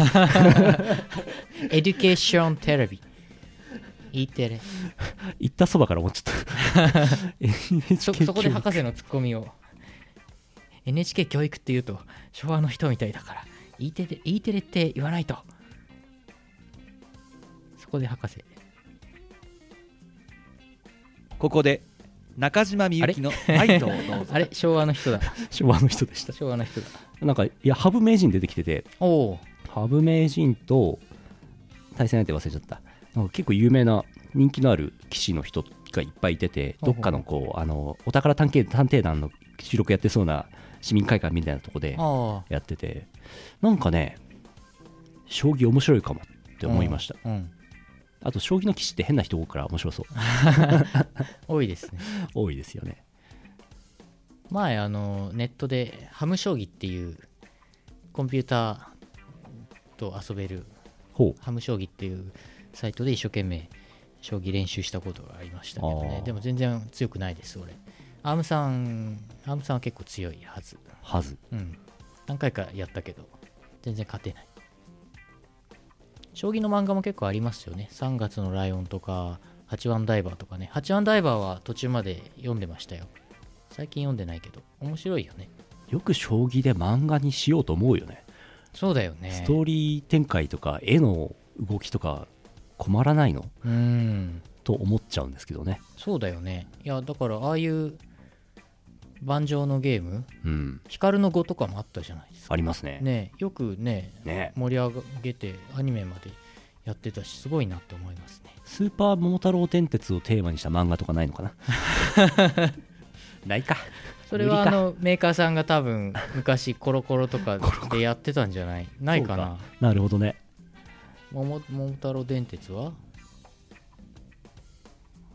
S5: エデュケーションテレビ E テレ
S1: 行ったそばから思っちゃった NHK
S5: そ
S1: 教育
S5: そこで博士のツッコミを NHK 教育って言うと昭和の人みたいだから E テレ E テレって言わないとそこで博士
S8: ここで中島みゆきの「ファイト」をどう ぞ
S5: あれ昭和の人だ
S1: 昭和の人でした
S5: 昭和の人だ
S1: なんかいや羽生名人出てきてて
S5: おお
S1: 羽生名人と対戦相手忘れちゃったなんか結構有名な人気のある棋士の人がいっぱいいてて
S5: ほ
S1: ど
S5: うほう
S1: っかのこうあのお宝探検探偵団の収録やってそうな市民会館みたいなとこで
S5: あ
S1: やっててなんかね将棋面白いかもって思いました、
S5: あうん
S1: あと将棋の棋士って変な人多いから面白そう
S5: 多いですね
S1: 多いですよね
S5: 前あのネットでハム将棋っていうコンピューターと遊べる
S1: ほう
S5: ハム将棋っていうサイトで一生懸命将棋練習したことがありましたけど
S1: あ
S5: ね
S1: ー
S5: でも全然強くないです俺アームさんアームさんは結構強いはず
S1: はず
S5: うん何回かやったけど全然勝てない将棋の漫画も結構ありますよね3月のライオンとか八番ダイバーとかね八番ダイバーは途中まで読んでましたよ最近読んでないけど面白いよね
S1: よく将棋で漫画にしようと思うよね
S5: そうだよね
S1: ストーリー展開とか絵の動きとか困らないの
S5: うん
S1: と思っちゃうんですけどね
S5: そうだよねいやだからああいう盤上のゲーム
S1: うん
S5: 光の碁とかもあったじゃないですか
S1: ありますね
S5: ねよくね
S1: ね
S5: 盛り上げてアニメまでやってたしすごいなって思いますね
S1: スーパー桃太郎電鉄をテーマにした漫画とかないのかな ないか
S5: それは
S1: 無
S5: あ
S1: 理か
S5: のメーカーさんが多分昔コロコロとかでやってたんじゃないないか
S1: そ
S5: な
S1: うなるほどね
S5: 桃桃太郎電鉄は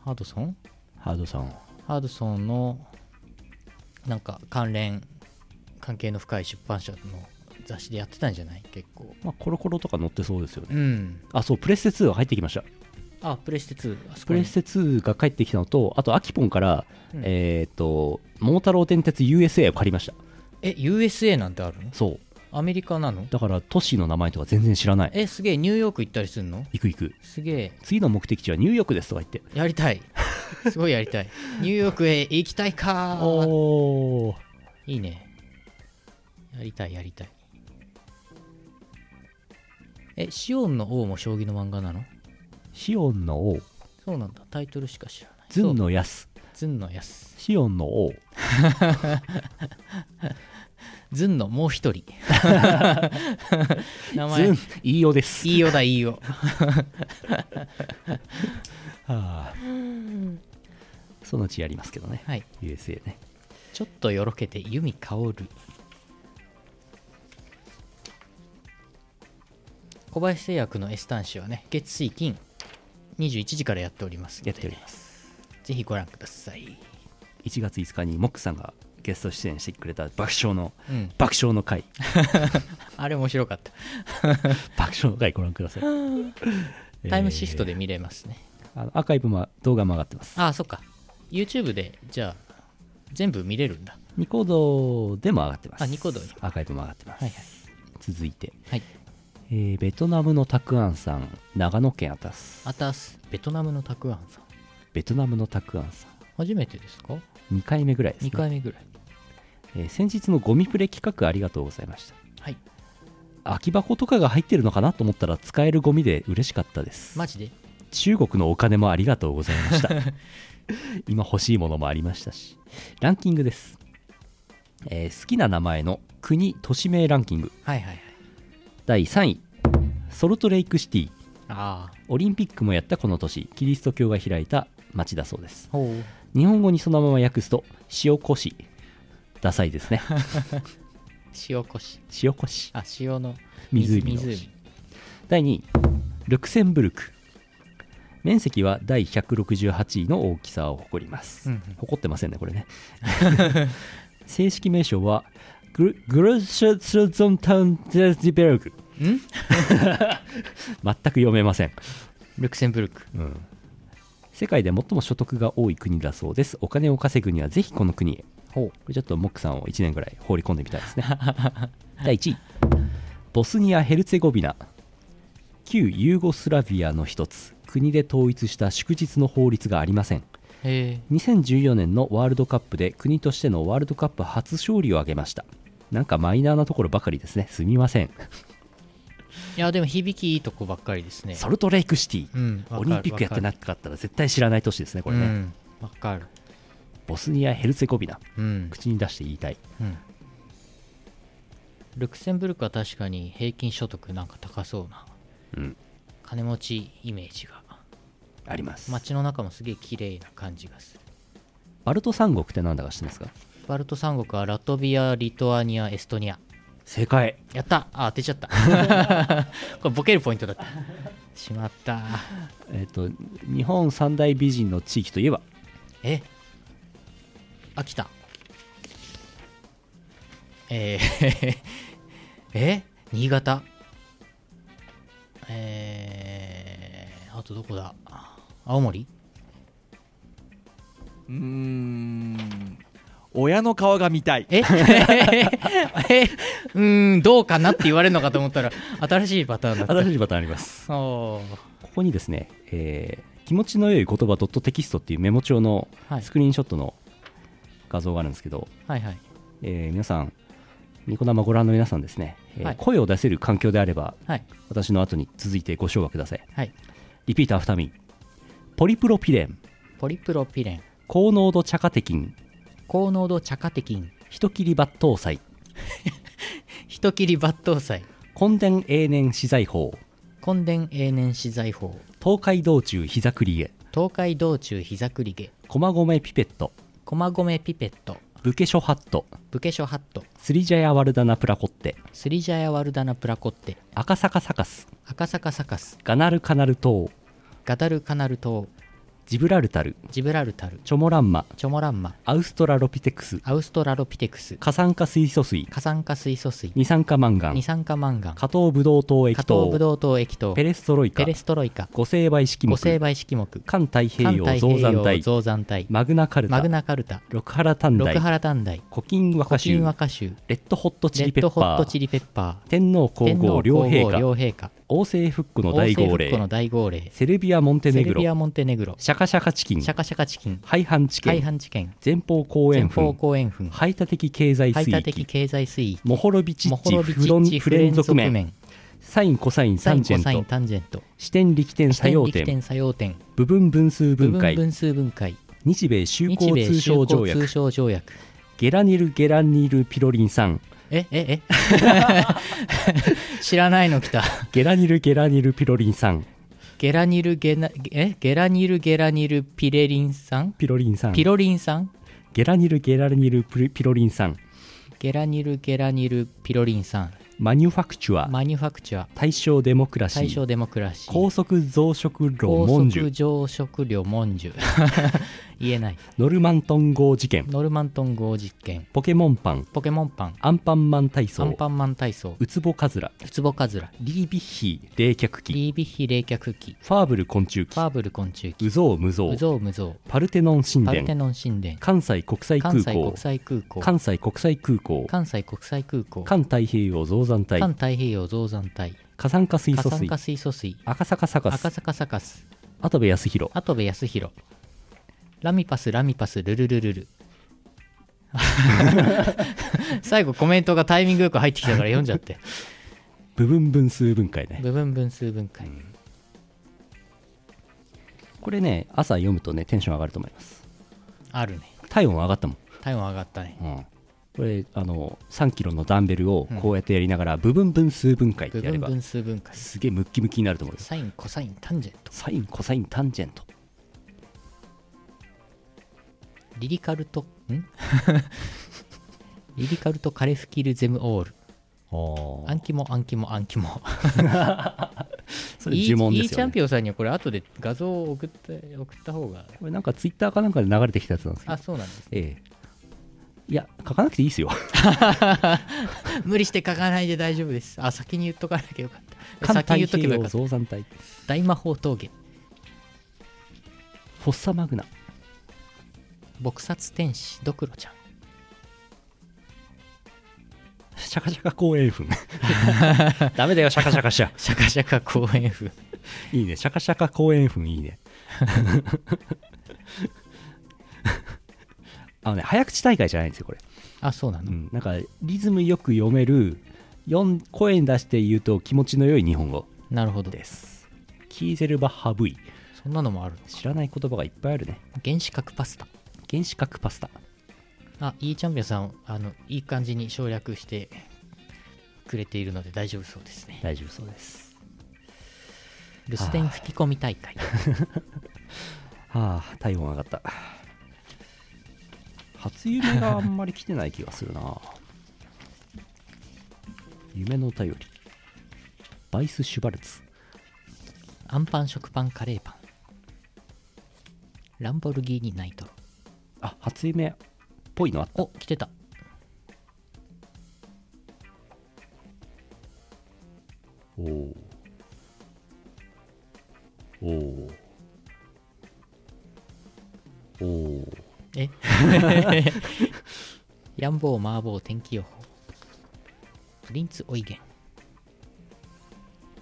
S5: ハドソン
S1: ハードさん
S5: ハドソンのなんか関連関係の深い出版社の雑誌でやってたんじゃない結構
S1: まあ、コロコロとか載ってそうですよね
S5: うん
S1: あそうプレステ2が入ってきました
S5: あプレステ2あそ
S1: プ
S5: こに
S1: レステ2が帰ってきたのとあとアキポンから、
S5: うん
S1: えっ、と「桃太郎電鉄 USA」を借りました
S5: え USA なんてあるの
S1: そう
S5: アメリカなの
S1: だから都市の名前とか全然知らない
S5: えすげえニューヨーク行ったりするの
S1: 行く行く
S5: すげえ
S1: 次の目的地はニューヨークですとか言って
S5: やりたいすごいやり たいニューヨークへ行きたいか
S1: おー
S5: いいねやりたいやりたいえシオンの王も将棋の漫画なの
S1: シオンの王
S5: そうなんだタイトルしか知らない
S1: ズン
S5: そう
S1: のヤス
S5: ズンのやす
S1: シオンの王
S5: ズンのもう一 人名前
S1: ズン飯尾です
S5: いいよだいいよ
S1: はあそのうちやりますけどね
S5: はい
S1: USA ね
S5: ちょっとよろけて弓薫小林製薬の S 端子はね月水金21時からやっておりますので
S1: やっております
S5: ぜひご覧ください
S1: 1月5日にモックさんがゲスト出演してくれた爆笑の、
S5: うん
S1: 爆笑の回
S5: あれ面白かった
S1: 爆笑の回ご覧くださいえー
S5: タイムシフトで見れますね、
S1: あのアーカイブも動画も上がってます
S5: ああそっか YouTube でじゃあ全部見れるんだ
S1: ニコ動でも上がってます
S5: あニコ動に
S1: アーカイブも上がってます、
S5: はいはい
S1: 続いて、
S5: はい
S1: えーベトナムのたくあんさん長野県アタス
S5: アタスベトナムのたくあんさん
S1: ベトナムのたくあんさ
S5: 初めてですか
S1: ん2回目ぐらいですね
S5: 2回目ぐらい
S1: えー先日のゴミプレ企画ありがとうございました
S5: はい
S1: 空き箱とかが入ってるのかなと思ったら使えるゴミで嬉しかったです、
S5: マジで
S1: 中国のお金もありがとうございました今欲しいものもありましたしランキングです、えー好きな名前の国都市名ランキング
S5: はいはいはい
S1: 第3位ソルトレイクシティ
S5: ああ
S1: オリンピックもやったこの年キリスト教が開いた町だそうです
S5: ほう
S1: 日本語にそのまま訳すと塩こしダサいですね
S5: 塩こし
S1: 塩こし
S5: あ塩の
S1: 湖の
S5: 湖
S1: 第2位ルクセンブルク面積は第168位の大きさを誇ります、
S5: うんうん
S1: 誇ってませんねこれね 正式名称はグルグルシュツゾンタウンゼズベルグ
S5: ん
S1: 全く読めません、
S5: ルクセンブルク
S1: 世界で最も所得が多い国だそうですお金を稼ぐにはぜひこの国へ
S5: ほ
S1: これちょっとモックさんを1年ぐらい放り込んでみたい ですね第1位ボスニア・ヘルツェゴビナ旧ユーゴスラビアの一つ国で統一した祝日の法律がありません
S5: うへ
S1: 2014年のワールドカップで国としてのワールドカップ初勝利を挙げましたなんかマイナーなところばかりですねすみません
S5: えいやでも響きいいとこばっかりですね
S1: ソルトレイクシティ、
S5: うんわか
S1: オ
S5: る
S1: リンピックやってなかったら絶対知らない都市ですねこれね、
S5: うんわかる
S1: ボスニア・ヘルツェゴビナ
S5: うん
S1: 口に出して言いたい
S5: うんルクセンブルクは確かに平均所得なんか高そうな、
S1: うん
S5: 金持ちイメージが
S1: あります
S5: 街の中もすげえ綺麗な感じがする
S1: バルト三国って何だか知ってますか
S5: バルト三国はラトビアリトアニアエストニア
S1: 正解
S5: やったあ当てちゃった これボケるポイントだったしまった
S1: えっ、と日本三大美人の地域といえば
S5: え秋田えー え新潟えー、あとどこだ青森
S8: うーん親の顔が見たい
S5: え えうーんどうかなって言われるのかと思ったら新しいパターンだっ
S1: 新しいパターンあります
S5: たおー
S1: ここにですね、えー気持ちの良い言葉 .text っていうメモ帳の
S5: はい
S1: スクリーンショットの画像があるんですけど、
S5: はいはい
S1: えー皆さんニコ生ご覧の皆さんですね、えー
S5: はい
S1: 声を出せる環境であれば
S5: はい
S1: 私の後に続いてご唱和ください
S5: はい
S1: リピートアフターミーポリプロピレン
S5: ポリプロピレン
S1: 高濃度茶化テキン
S5: 高濃度茶化テキン
S1: 人切り抜刀祭
S5: 人切り抜刀祭
S1: 根伝永年資材法
S5: 根伝永年資材法
S1: 東海道中膝くりへ
S5: 東海道中膝栗毛
S1: 駒込ピペット
S5: 駒込ピペット
S1: 武家書ハット
S5: 武家書ハット
S1: スリジャヤワルダナプラコッテ
S5: スリジャヤワルダナプラコッテ
S1: 赤坂サカス
S5: 赤坂サカス
S1: ガナルカナル島
S5: ガダルカナル島
S1: ジブラルタル
S5: ジブラルタル
S1: チョモランマ
S5: チョモランマ
S1: アウストラロピテクス
S5: アウストラロピテクス
S1: 過酸化水素水
S5: 過酸化水素水
S1: 二酸化マンガン
S5: 二酸化マンガン
S1: 加糖ブドウ糖液
S5: 加糖
S1: 糖
S5: ブドウ糖液糖
S1: ペレストロイカ
S5: ペレストロイカ
S1: 五成倍式目
S5: 五成倍式目
S1: 環太平洋
S5: 環
S1: 増山帯
S5: 増山帯
S1: マグナカル
S5: マ
S1: タ
S5: グナカルタ
S1: 六原短
S5: 六
S1: 大
S5: 原短大
S1: 古今和歌
S5: 古
S1: 集
S5: 今和歌集
S1: レッドホットチ
S5: レ
S1: リ
S5: ッ
S1: ペ
S5: ド
S1: ッ
S5: ホッ
S1: パ
S5: トチ
S1: ー
S5: リペッパー
S1: 天皇皇
S5: 天
S1: 后
S5: 皇
S1: 両陛
S5: 皇后両
S1: 下
S5: 陛下
S1: 王政復古の大
S5: 王
S1: 号
S5: 政復古
S1: 令
S5: の大号令
S1: セルビア・モンテ
S5: セ
S1: ネ
S5: ル
S1: グロ
S5: ビア・モンテネグロ
S1: シャカシャカチキン
S5: シャカシャカチキン
S1: 廃藩置
S5: 海
S1: 県
S5: 藩事件
S1: 前方後
S5: 前
S1: 円
S5: 方
S1: 墳
S5: 後円墳
S1: 排他的経済
S5: 排
S1: 水
S5: 他的
S1: 域
S5: 経済水域
S1: モホロビチ
S5: モ
S1: ッ
S5: ホ
S1: チ
S5: ロビチ
S1: フロン
S5: ッチ
S1: フ
S5: フ
S1: レ
S5: レ
S1: ン
S5: ン
S1: 属
S5: 属
S1: 面
S5: 面
S1: サインコサイン
S5: サ
S1: サ
S5: イ
S1: ン
S5: ン
S1: ジェ
S5: コ
S1: ン
S5: サイン
S1: ト
S5: タンジェント
S1: 視点力点作用
S5: 力
S1: 点
S5: 点作用点
S1: 部分分数
S5: 部
S1: 分
S5: 分
S1: 解
S5: 分数分解
S1: 日米修
S5: 日
S1: 好
S5: 米
S1: 通
S5: 修
S1: 商条
S5: 好
S1: 約
S5: 通商条約
S1: ゲラニルゲラニルピロリン酸
S5: え ええ知らないの来た
S1: ゲラニルゲラニルピロリン酸
S5: ゲラニルゲナえゲラニルゲラニルピレリン酸
S1: ピロリン酸
S5: ピロリン酸
S1: ゲラニルゲラニルプリピロリン酸
S5: ゲラニルゲラニルピロリン酸
S1: マニュファクチュア
S5: マニュファクチュア
S1: 大正デモクラシ
S5: 大正
S1: ー
S5: デモクラシー
S1: 高速増殖炉
S5: 高
S1: モンジ
S5: 速
S1: ュ
S5: 上食料モンジュ 言えない
S1: ノルマントン号事件
S5: ノルマントン号実験
S1: ポケモンパン
S5: ポケモンパン
S1: アンパンマン体
S5: アン
S1: 操
S5: パンマン体操
S1: ウツボカズラ
S5: ウツボカズラ
S1: リービッヒー冷却器
S5: リービッヒ冷却器
S1: ファーブル昆虫
S5: フ
S1: 記
S5: ァーブル昆虫器
S1: ウゾウムゾ
S5: 無
S1: ウ
S5: 造無造
S1: パルテノン神
S5: パルテ
S1: 殿
S5: ノン神殿
S1: 関西国際空
S5: 関西
S1: 港
S5: 国際空港
S1: 関西国際空港
S5: 関西国際空港
S1: 環太平洋増産帯
S5: 環太平洋増産帯
S1: 過酸化水
S5: 過
S1: 素
S5: 酸
S1: 水
S5: 化水素水
S1: 赤坂サカ
S5: 赤
S1: ス
S5: 坂サカス
S1: 跡部康弘
S5: 跡部康弘ラミパスラミパスルルルルル 最後コメントがタイミングよく入ってきたから読んじゃって
S1: 部分分数分解ね
S5: 部分分数分解
S1: これね朝読むとねテンション上がると思います
S5: あるね
S1: 体温上がったもん、
S5: 体温上がったね
S1: うんこれあの3キロのダンベルをこうやってやりながら部分分数分解って
S5: 部
S1: やれ
S5: 分
S1: ば
S5: 分数分解
S1: すげえムッキムキになると思うよ
S5: サインコサインタンジェント
S1: サインコサインタンジェント
S5: リリカルトん リリカルトカレフキルゼムオール
S1: あ
S5: アンキモアンキモアンキモ
S1: それ
S5: いい
S1: 呪文で
S5: いい
S1: す
S5: チャ
S1: よ、
S5: ン
S1: ね、
S5: ピオンさんにはこれ後で画像を送って送った方が
S1: これなんかツイッターかなんかで流れてきたやつなんですけど
S5: あそうなんです
S1: ええいや書かなくていいですよ
S5: 無理して書かないで大丈夫ですあ先に言っとかなきゃよかった
S1: 簡
S5: 先
S1: 単
S5: に言っとけばよか
S1: を
S5: った
S1: 増産体
S5: 大魔法峠
S1: フォッサマグナ
S5: 撲殺天使ドクロちゃん
S1: シャカシャカ公園 風ダメだよシャカシャカしちゃ
S5: シャカシャカ公園風
S1: いいねシャカシャカ公園風いいね あのね早口大会じゃないんですよこれ、
S5: あそうな
S1: う
S5: の、
S1: ん、なんかリズムよく読める読ん声に出して言うと気持ちの良い日本語
S5: なるほど
S1: ですキーゼルバッハ V
S5: そんなのもあるの
S1: 知らない言葉がいっぱいあるね
S5: 原子核パスタ
S1: 原子核パスタ
S5: あいいチャンピオンさんあのいい感じに省略してくれているので大丈夫そうですね
S1: 大丈夫そうです
S5: 留守電吹き込み 大会
S1: はあ体温上がった初夢があんまり来てない気がするな夢の頼りバイス・シュバルツ
S5: アンパン食パンカレーパンランボルギーニナイトロ
S1: あ初夢っぽいのあった
S5: お来てた
S1: おおおおおお
S5: え ヤンボーマーボー天気予報プリンツオイゲン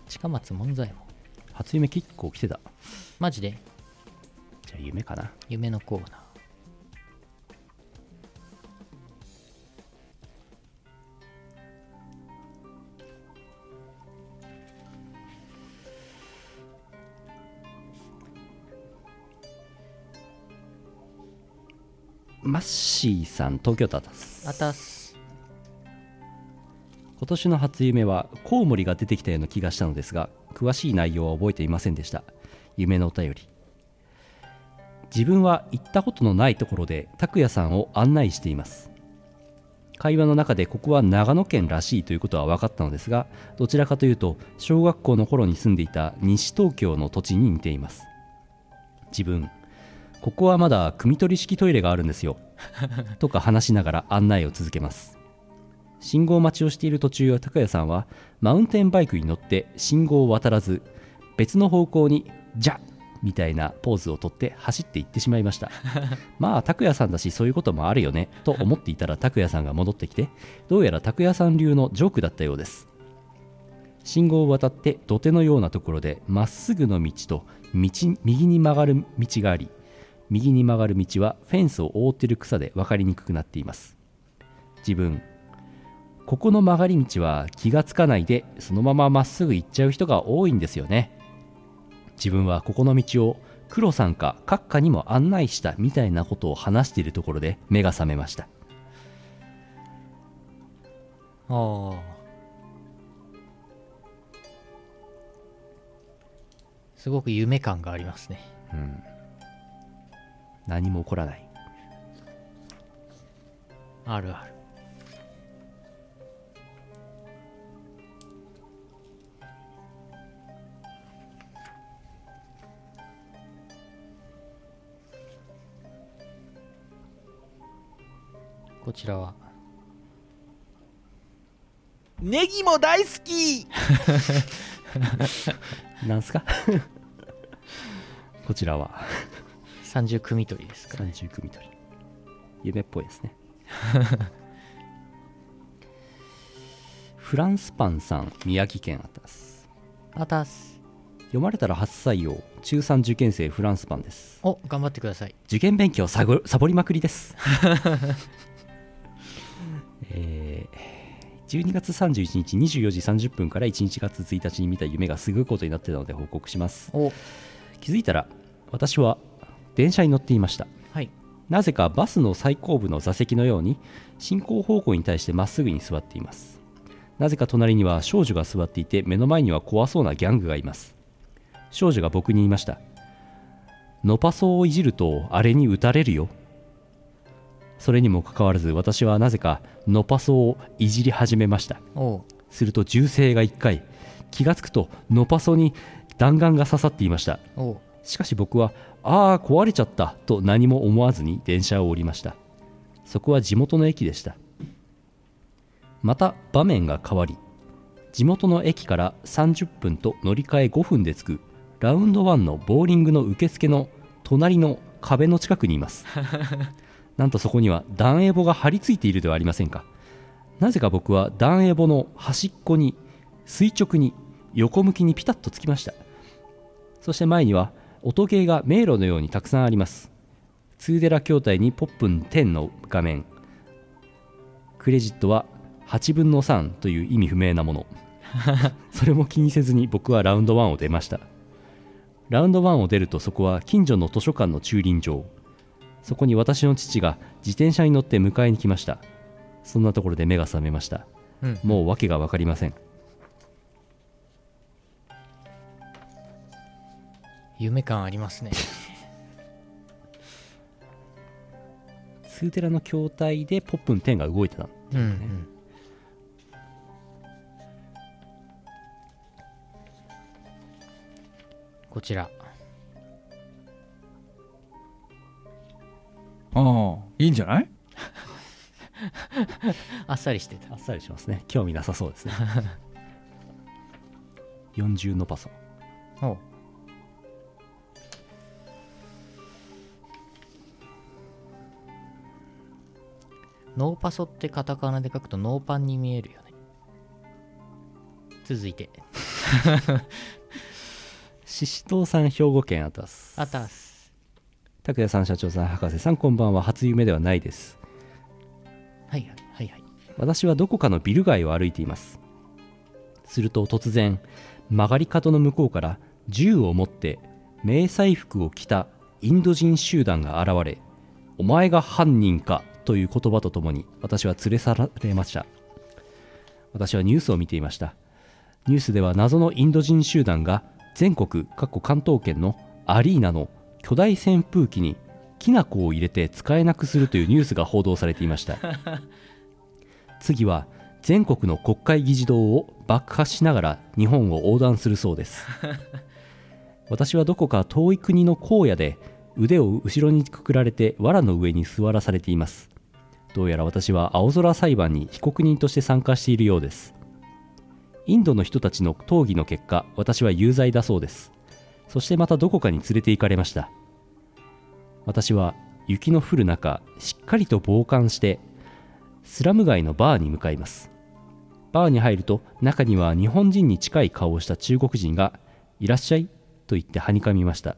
S5: 近松門左衛門
S1: 初夢結構来てた
S5: マジで
S1: じゃあ夢かな
S5: 夢のコーナー
S1: マッシーさん東京タタス
S5: あたす
S1: 今年の初夢はコウモリが出てきたような気がしたのですが詳しい内容は覚えていませんでした夢のお便り自分は行ったことのないところで拓也さんを案内しています会話の中でここは長野県らしいということは分かったのですがどちらかというと小学校の頃に住んでいた西東京の土地に似ています自分ここはまだ汲み取り式トイレがあるんですよとか話しながら案内を続けます信号待ちをしている途中高谷さんはマウンテンバイクに乗って信号を渡らず別の方向に「じゃ!」みたいなポーズをとって走って行ってしまいましたまあ拓也さんだしそういうこともあるよねと思っていたら拓也さんが戻ってきてどうやら拓也さん流のジョークだったようです信号を渡って土手のようなところでまっすぐの道と道右に曲がる道があり右に曲がる道はフェンスを覆っている草で分かりにくくなっています自分ここの曲がり道は気がつかないでそのまままっすぐ行っちゃう人が多いんですよね自分はここの道を黒さんか閣下にも案内したみたいなことを話しているところで目が覚めました
S5: あーすごく夢感がありますね
S1: 何も起こらない
S5: あるあるこちらは
S4: ネギも大好き
S1: なんすか こちらは
S5: 30組取りですか
S1: 30組取り夢っぽいですねフランスパンさん宮城県あたす
S5: あたす
S1: 読まれたら初採用中3受験生フランスパンです
S5: お頑張ってください
S1: 受験勉強サボサボりまくりですえー12月31日24時30分から1月1日に見た夢がすごいことになってたので報告します
S5: お
S1: 気づいたら私は電車に乗っていました
S5: はい
S1: なぜかバスの最後部の座席のように進行方向に対してまっすぐに座っていますなぜか隣には少女が座っていて目の前には怖そうなギャングがいます少女が僕に言いましたノパソをいじるとあれに打たれるよそれにもかかわらず私はなぜかノパソをいじり始めました
S5: お
S1: すると銃声が1回気がつくとノパソに弾丸が刺さっていました
S5: お
S1: しかし僕は「ああ壊れちゃった」と何も思わずに電車を降りましたそこは地元の駅でしたまた場面が変わり地元の駅から30分と乗り換え5分で着くラウンド1のボーリングの受付の隣の壁の近くにいますなんとそこには暖エボが張り付いているではありませんかなぜか僕は段エボの端っこに垂直に横向きにピタッとつきましたそして前には音ゲーが迷路のようにたくさんありますツーデラ筐体にポップン10の画面クレジットは8分の3という意味不明な ものそれも気にせずに僕はラウンド1を出ましたラウンド1を出るとそこは近所の図書館の駐輪場そこに私の父が自転車に乗って迎えに来ましたそんなところで目が覚めました、
S5: うん
S1: もう訳が分かりません
S5: 夢感ありますね
S1: ツーテラの筐体でポップン10が動いてたの
S5: うん、うん、こちら
S8: ああいいんじゃない
S5: あっさりしてた
S1: あっさりしますね興味なさそうですね40のパソ
S5: おノーパソってカタカナで書くとノーパンに見えるよね続いて
S1: ししとうさん兵庫県あたす
S5: あたす
S1: 拓也さん社長さん博士さんこんばんは初夢ではないです
S5: はいはいはいはい
S1: 私はどこかのビル街を歩いていますすると突然曲がり角の向こうから銃を持って迷彩服を着たインド人集団が現れ「お前が犯人か」という言葉とともに私は連れ去られました私はニュースを見ていましたニュースでは謎のインド人集団が全国かっこ関東圏のアリーナの巨大扇風機にきな粉を入れて使えなくするというニュースが報道されていました次は全国の国会議事堂を爆破しながら日本を横断するそうです私はどこか遠い国の荒野で腕を後ろにくくられて藁の上に座らされていますどうやら私は青空裁判に被告人として参加しているようですインドの人たちの討議の結果私は有罪だそうですそしてまたどこかに連れて行かれました私は雪の降る中しっかりと防寒してスラム街のバーに向かいますバーに入ると中には日本人に近い顔をした中国人が「いらっしゃい」と言ってはにかみました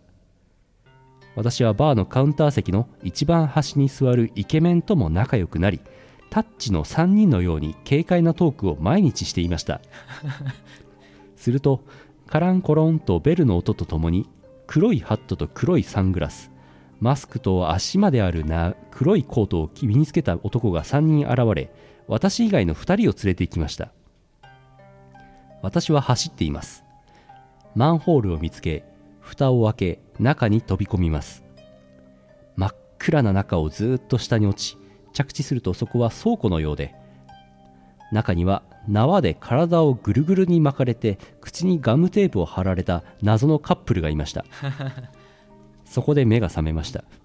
S1: 私はバーのカウンター席の一番端に座るイケメンとも仲良くなりタッチの3人のように軽快なトークを毎日していましたするとカランコロンとベルの音とともに黒いハットと黒いサングラスマスクと足まであるな黒いコートを身につけた男が3人現れ私以外の2人を連れて行きました私は走っていますマンホールを見つけ蓋を開け中に飛び込みます真っ暗な中をずーっと下に落ち着地するとそこは倉庫のようで中には縄で体をぐるぐるに巻かれて口にガムテープを貼られた謎のカップルがいましたそこで目が覚めました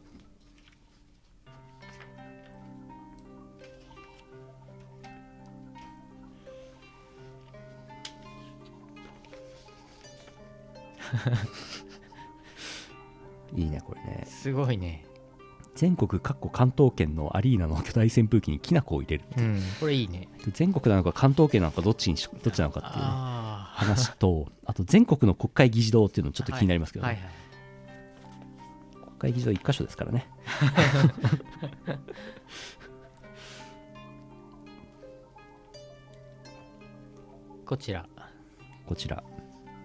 S1: いいねこれね
S5: すごいね
S1: 全国各個関東圏のアリーナの巨大扇風機にきな粉を入れる
S5: うんこれいいね
S1: 全国なのか関東圏なのかどっちにしどっちなのかっていうね、
S5: あ
S1: 話とあと全国の国会議事堂っていうのもちょっと気になりますけどね、
S5: はいはいはい
S1: 国会議事堂1箇所ですからね
S5: こちら
S1: こちら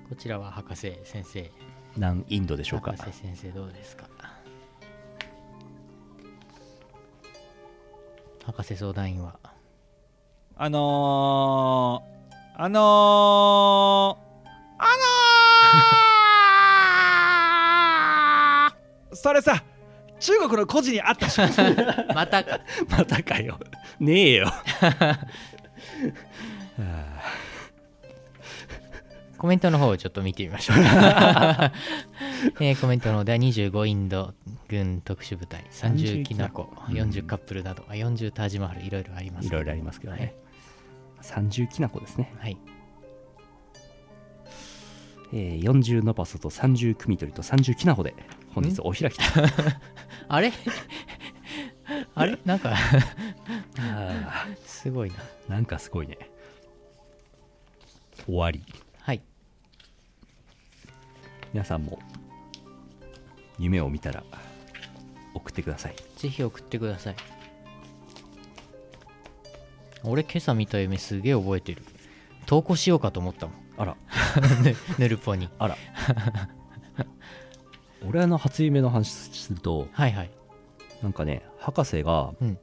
S5: こちらは博士先生
S1: 南インドでしょうか
S5: 博士先生どうですか博士相談員 は
S8: あのー、あのー、あの ー、それさ中国の孤児にあったでしょ
S5: またか
S1: またか よねえよ
S5: コメントの方をちょっと見てみまし ょう、えーコメントの方では25インド軍特殊部隊30きなこ40カップルなど、あ40タージマハルいろいろあります
S1: いろいろありますけど
S5: はい
S1: ね、30きなこですね、
S5: はい、
S1: えー、40ノパソと30組取りと30きなこで本日お開きと
S5: あれあれなんか
S1: あー
S5: すすごいな
S1: なんかすごいね終わり
S5: はい
S1: 皆さんも夢を見たら送ってください
S5: ぜひ送ってください俺今朝見た夢すげえ覚えてる投稿しようかと 思ったもん
S1: あら
S5: ぬぬるぽに
S1: あら俺あの初夢の話すると
S5: はいはい
S1: なんかね博士が
S5: うん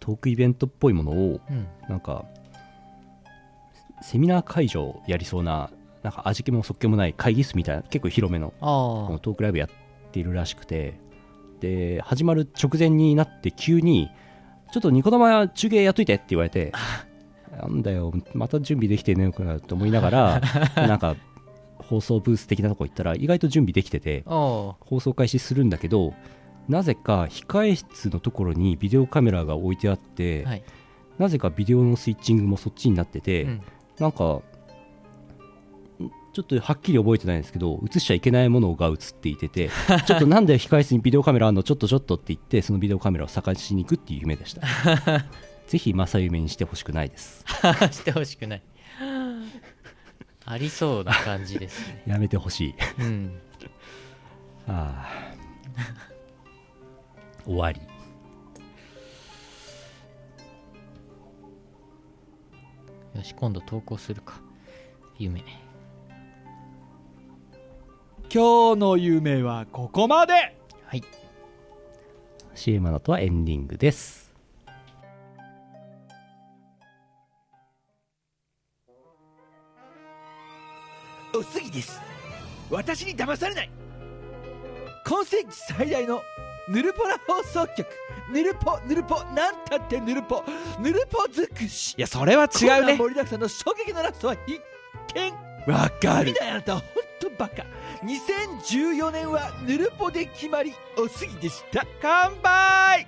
S1: トークイベントっぽいものを
S5: うん
S1: なんかセミナー会場やりそうななんか味気もそっけもない会議室みたいな結構広めの
S5: あ
S1: この
S5: あ
S1: トークライブやっているらしくてで始まる直前になって急に「ちょっとニコ生中継やっといて」って言われて 「なんだよまた準備できてねえのかな」と思いなが らなんか放送ブース的なとこ行ったら意外と準備できてて
S5: あ
S1: 放送開始するんだけどなぜか控え室のところにビデオカメラが置いてあって、
S5: あはい
S1: なぜかビデオのスイッチングもそっちになってて、
S5: うん
S1: なんかんちょっとはっきり覚えてないんですけど映しちゃいけないものが映っていて てちょっとなんで控え室にビデオカメラあんのちょっとちょっとって言ってそのビデオカメラを探しに行くっていう夢でした ぜひ正夢にしてほしくないです
S5: してほしくないありそうな感じですね
S1: やめてほしい
S5: うん
S1: ああ終わり
S5: よし今度投稿するか夢
S8: 今日の夢はここまで
S5: はい
S1: CM の後はエンディングです
S4: おすぎです私に騙されない今世紀最大のヌルポラ放送局ヌルポヌルポなんたってヌルポヌルポ尽くし
S8: いやそれは違う
S4: こんな
S8: ね
S4: 盛りだくさんの衝撃のラストは必見
S8: わか
S4: みたいあなたは本当バカ2014年はヌルポで決まりおすぎでした
S8: 乾杯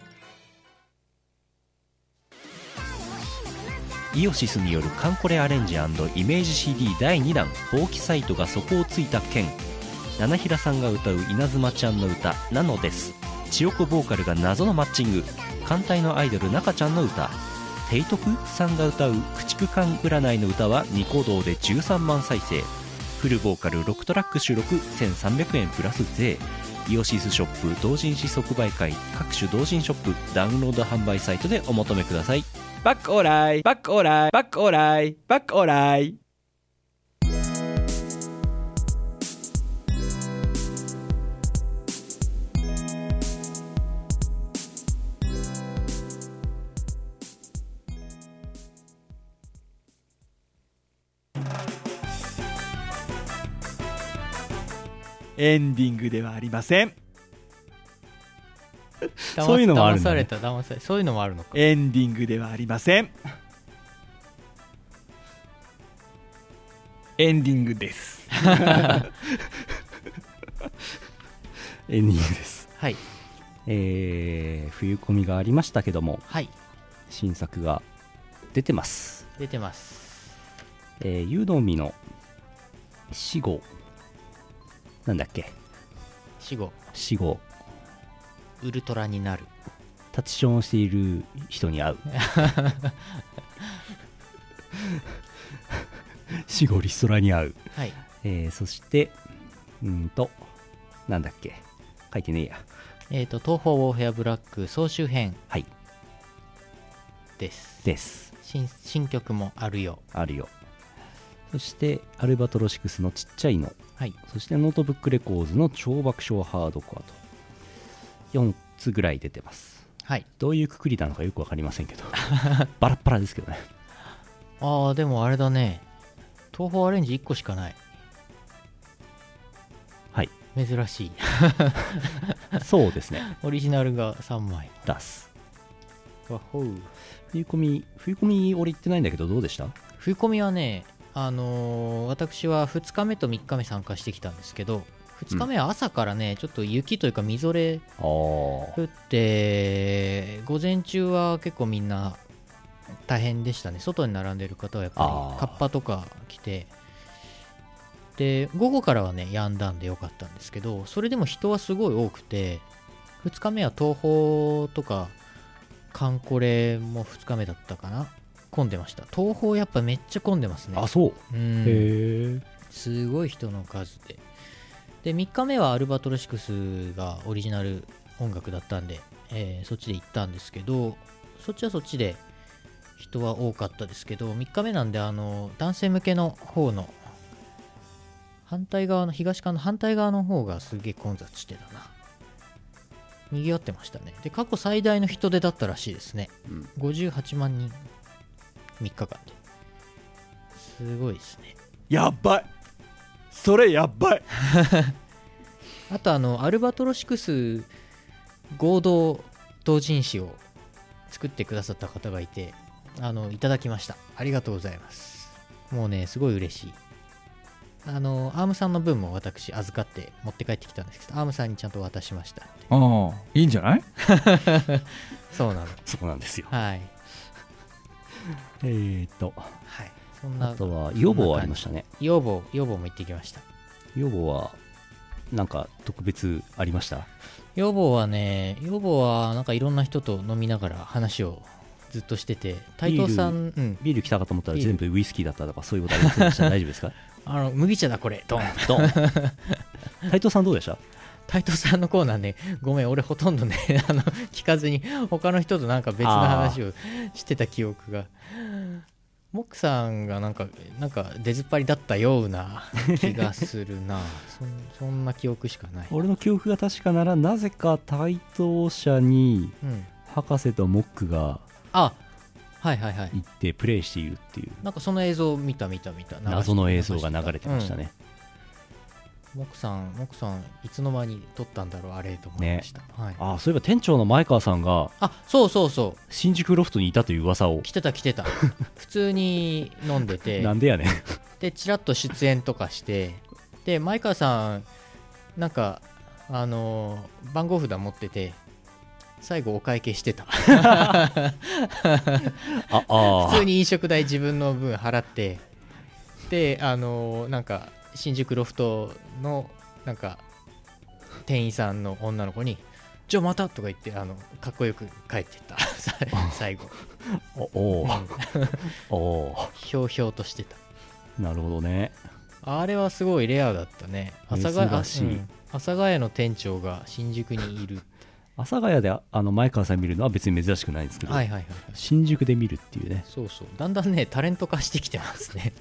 S7: イオシスによるカンコレアレンジイメージ CD 第2弾「防気サイトが底をついた件」七平さんが歌う稲妻ちゃんの歌「なのです」千代子ボーカルが謎のマッチング艦隊のアイドル中ちゃんの歌テイトクさんが歌う「駆逐艦占い」の歌はニコ動で13万再生フルボーカル6トラック収録1300円プラス税イオシスショップ同人誌即売会各種同人ショップダウンロード販売サイトでお求めください
S8: バックオーライバックオーライバックオーライバックオーライエンディングではありません
S5: 騙
S1: そういうのもある
S5: 騙
S1: ん
S5: さ
S1: だね
S5: れた騙されそういうのもあるのか
S8: エンディングではありませんエンディングです
S1: エンディングです
S5: はい
S1: えー、冬コミがありましたけども
S5: はい
S1: 新作が出てます
S5: 出てます
S1: えー、ユードミの死後なんだっけ
S5: 死後
S1: 死後
S5: ウルトラになる
S1: タチションをしている人に会う死後リストラに会う、
S5: はい
S1: えーそしてうーんとなんだっけ書いてねえや
S5: えっ、と東方ウォーフェアブラック総集編
S1: はい
S5: です
S1: です
S5: 新新曲もあるよ
S1: あるよそしてアルバトロシクスのちっちゃいの
S5: はい
S1: そしてノートブックレコーズの超爆笑ハードコアと4つぐらい出てます
S5: はい
S1: どういうくくりなのかよく分かりませんけど バラッバラですけどね
S5: ああでもあれだね東方アレンジ1個しかない
S1: はい
S5: 珍しい
S1: そうですね
S5: オリジナルが3枚
S1: 出す
S5: わほう
S1: 冬コミ冬コミ俺行ってないんだけどどうでした
S5: 冬コミはねあのー私は2日目と3日目参加してきたんですけど2日目は朝からね、ちょっと雪というかみぞれ
S1: ああ
S5: 降って午前中は結構みんな大変でしたね外に並んでる方はやっぱ
S1: あー
S5: りカッパとか着てで午後からはねやんだんでよかったんですけどそれでも人はすごい多くて2日目は東宝とかカンコレも2日目だったかな混んでました東宝やっぱめっちゃ混んでますね
S1: あそう
S5: うん
S1: へえ
S5: すごい人の数で。で、3日目はアルバトロシクスがオリジナル音楽だったんで、えーそっちで行ったんですけど、そっちはそっちで人は多かったですけど、3日目なんで、あの、男性向けの方の、反対側の、東側の反対側の方がすげえ混雑してたな。賑わってましたね。で、過去最大の人出だったらしいですね。
S1: うん
S5: 58万人、3日間で。すごいですね。
S8: やっばいそれやっばい
S5: あとあのアルバトロシクス合同同人誌を作ってくださった方がいてあのいただきましたありがとうございますもうねすごい嬉しいあのアームさんの分も私預かって持って帰ってきたんですけどアームさんにちゃんと渡しました
S8: ああいいんじゃない
S5: そうなの
S1: そうなんですよ
S5: はい
S1: えー、っと
S5: はいそんな
S1: あとは予防ありましたね
S5: 要望要望も行ってきました
S1: 予防はなんか特別ありました
S5: 要望はね要望はなんかいろんな人と飲みながら話をずっとしてて斎藤さん、うん、
S1: ビール来たかと思ったら
S5: ビール
S1: 全部ウイスキーだったとかそういうことありませんでした 大丈夫ですか
S5: あの麦茶だこれドン
S1: ドン斉藤さんどうでした
S5: 斉藤さんのコーナーね、ごめん、俺ほとんどね、 あの、聞かずに、他の人となんか別の話をしてた記憶が。モックさんがなんか、なんか出ずっぱりだったよ うな気がするなそん。そんな記憶しかない。
S1: 俺の記憶が確かならなぜか対等者に
S5: うん。
S1: 博士とモックが
S5: あ、はいはいはい。
S1: 行ってプレイしているっていう
S5: なんかその映像見た見た見た。流し
S1: 謎の映像が流れてました。ね、
S5: うんモックさん、モックさん、いつの間に撮ったんだろう、あれと思いました。はい。
S1: ああそういえば店長の前川さんが
S5: あ、そうそうそう。
S1: 新宿ロフトにいたという噂を
S5: 来てた来てた普通に飲んで て
S1: なんでやねん
S5: でちらっと出演とかしてで前川さんなんかあのー番号札持ってて最後お会計してた
S1: ああ
S5: 普通
S1: ー
S5: に飲食代自分の分払ってであのーなんか新宿ロフトのなんか店員さんの女の子に「じゃあまた」とか言ってあのかっこよく帰ってった 最後
S1: おおー おー
S5: ひょうひょうとしてた
S1: なるほどね
S5: あれはすごいレアだったね。阿佐ヶ
S1: 珍
S5: 谷
S1: しい
S5: あうん阿佐ヶ谷の店長が新宿にいる。
S1: 阿佐ヶ谷でああの前川さん見るのは別に珍しくないんですけど、
S5: はいはいはいはい。
S1: 新宿で見るっていうね、
S5: そうそう。だんだんね、タレント化してきてますね。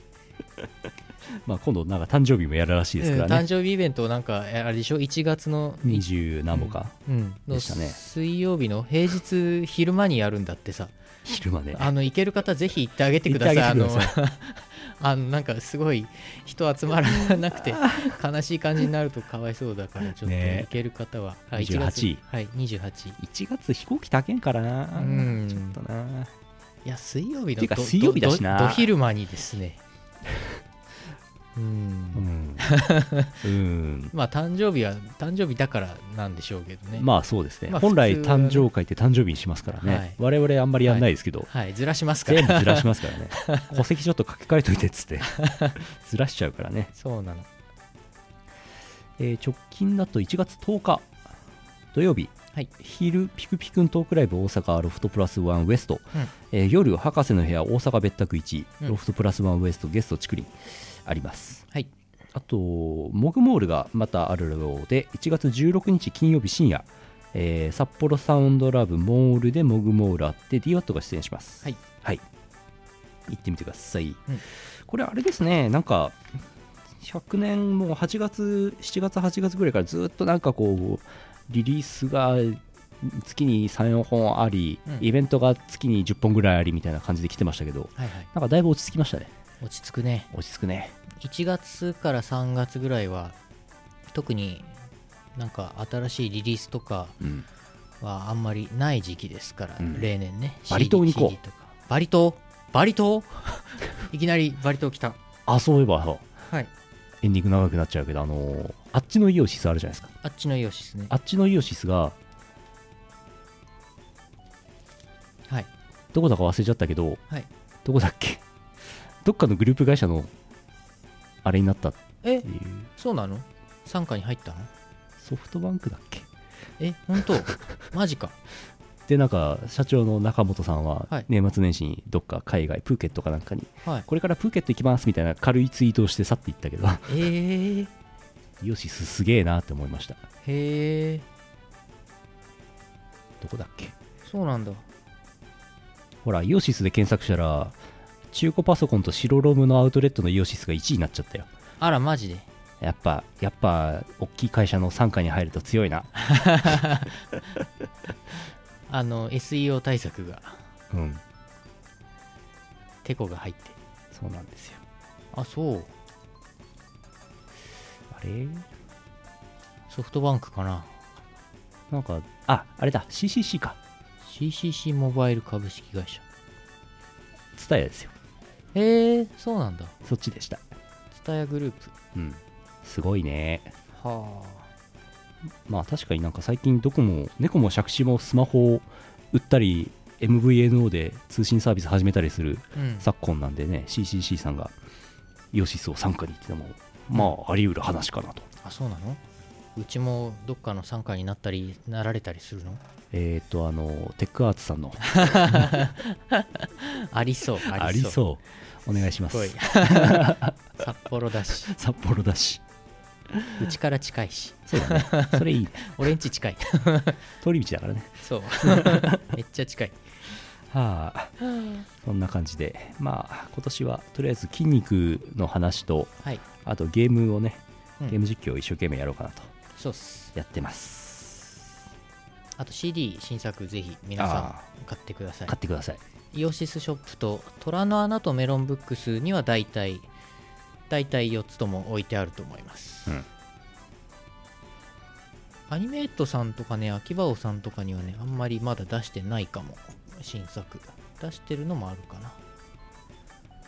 S1: まあ、今度なんか誕生日もやるらしいですから
S5: うん誕
S1: ね、
S5: 生日イベントをなんか、えあれでしょ、1月の、
S1: 二十何本か、
S5: うん、の
S1: でしたね
S5: 水曜日の平日昼間にやるんだってさ、
S1: 昼間ね
S5: あの、行ける方ぜひ行ってあげてください。
S1: 行ってあ
S5: あ
S1: げて
S5: の
S1: くださ
S5: あのなんかすごい人集まらな くて悲しい感じになるとかわいそうだからちょっと
S1: ね
S5: 行ける方は、はい
S1: 28
S5: はい28
S1: 1月飛行機高いんからな、
S5: うん
S1: ちょっとない
S5: や水曜日
S1: てい
S5: の
S1: うか
S5: ど
S1: 水曜日だしな
S5: どど昼間にですねう
S1: うんんうん
S5: まあ誕生日は誕生日だからなんでしょうけどね
S1: まあそうですね、
S5: まあ
S1: 本来
S5: 普通はね
S1: 誕生会って誕生日にしますからね、我々あんまりやんないですけど、
S5: はいずらしますから
S1: 全部ずらしますからね戸籍ちょっと書き換えといてっつって ずらしちゃうからね、
S5: そうなの
S1: えー直近だと1月10日土曜日、
S5: はい
S1: 昼ピクピクントークライブ大阪ロフトプラスワンウエスト、
S5: うん
S1: えー夜博士の部屋大阪別宅1、
S5: うん
S1: ロフトプラスワンウエストゲストちくりんあります
S5: はい
S1: あとモグモールがまたあるようで1月16日金曜日深夜えー札幌サウンドラブモールでモグモールあって DWAT が出演します
S5: はい、
S1: はい、行ってみてください、
S5: うん
S1: これあれですねなんか100年もう8月7月8月ぐらいからずっとなんかこうリリースが月に34本あり、
S5: うん
S1: イベントが月に10本ぐらいありみたいな感じで来てましたけど
S5: はいはい
S1: なんかだいぶ落ち着きましたね
S5: 落ち着くね
S1: 落ち着くね
S5: 1月から3月ぐらいは特になんか新しいリリースとか
S1: うん
S5: はあんまりない時期ですから、
S1: うん
S5: 例年ね
S1: バリ島に行こう
S5: CD とかバリ島バリ島 いきなりバリ島来た
S1: あそういえば
S5: はい
S1: エンディング長くなっちゃうけどあのーあっちのイオシスあるじゃないですか
S5: あっちのイオシスね
S1: あっちのイオシスが
S5: はい
S1: どこだか忘れちゃったけど、
S5: はい
S1: どこだっけ どっかのグループ会社のあれになったって
S5: え
S1: いう
S5: そうなの傘下に入ったの
S1: ソフトバンクだっけ
S5: え本当マジか
S1: でなんか社長の中本さんは
S5: はい
S1: 年末年始にどっか海外プーケットかなんかに、
S5: はい
S1: これからプーケット行きますみたいな軽いツイートをして去っていったけど
S5: えー、
S1: よしすすげえなって思いました
S5: へえ
S1: どこだっけ
S5: そうなんだ
S1: ほらイオシスで検索したら中古パソコンと白ロムのアウトレットのイオシスが1位になっちゃったよ
S5: あらマジで
S1: やっぱやっぱ大きい会社の傘下に入ると強いな
S5: あの SEO 対策が
S1: うん
S5: テコが入って
S1: そうなんですよ
S5: あそう
S1: あれ
S5: ソフトバンクかな
S1: なんかああれだ CCC か
S5: CCC モバイル株式会社
S1: 伝えですよ
S5: へえそうなんだ
S1: そっちでした
S5: ツタヤグループ
S1: うんすごいね
S5: は
S1: まあ確かになんか最近ドコモ猫も借子もスマホを売ったり MVNO で通信サービス始めたりする
S5: あうん
S1: 昨今なんでね CCC さんがイオシスを傘下にってのもまああり得る話かなと
S5: あそうなのうちもどっかの傘下になったりなられたりするの
S1: えっ、とあのテックアーツさんの
S5: あり そうあ
S1: あ
S5: り
S1: り
S5: そう
S1: そうお願いします
S5: すごい札幌だし
S1: 札幌だ し
S5: うちから近いし
S1: そうだねそれいい
S5: 俺んち 近い
S1: 通り道だからね
S5: そうめっちゃ近い
S1: はあそんな感じでまあ今年はとりあえず筋肉の話と
S5: はい
S1: あとゲームをね
S5: うん
S1: ゲーム実況を一生懸命やろうかなと
S5: そうっす
S1: やってます、
S5: あと CD 新作ぜひ皆さん買ってください
S1: 買ってください
S5: イオシスショップと虎の穴とメロンブックスには大体大体4つとも置いてあると思います、
S1: うん
S5: アニメートさんとかね秋葉王さんとかにはねあんまりまだ出してないかも新作出してるのもあるかな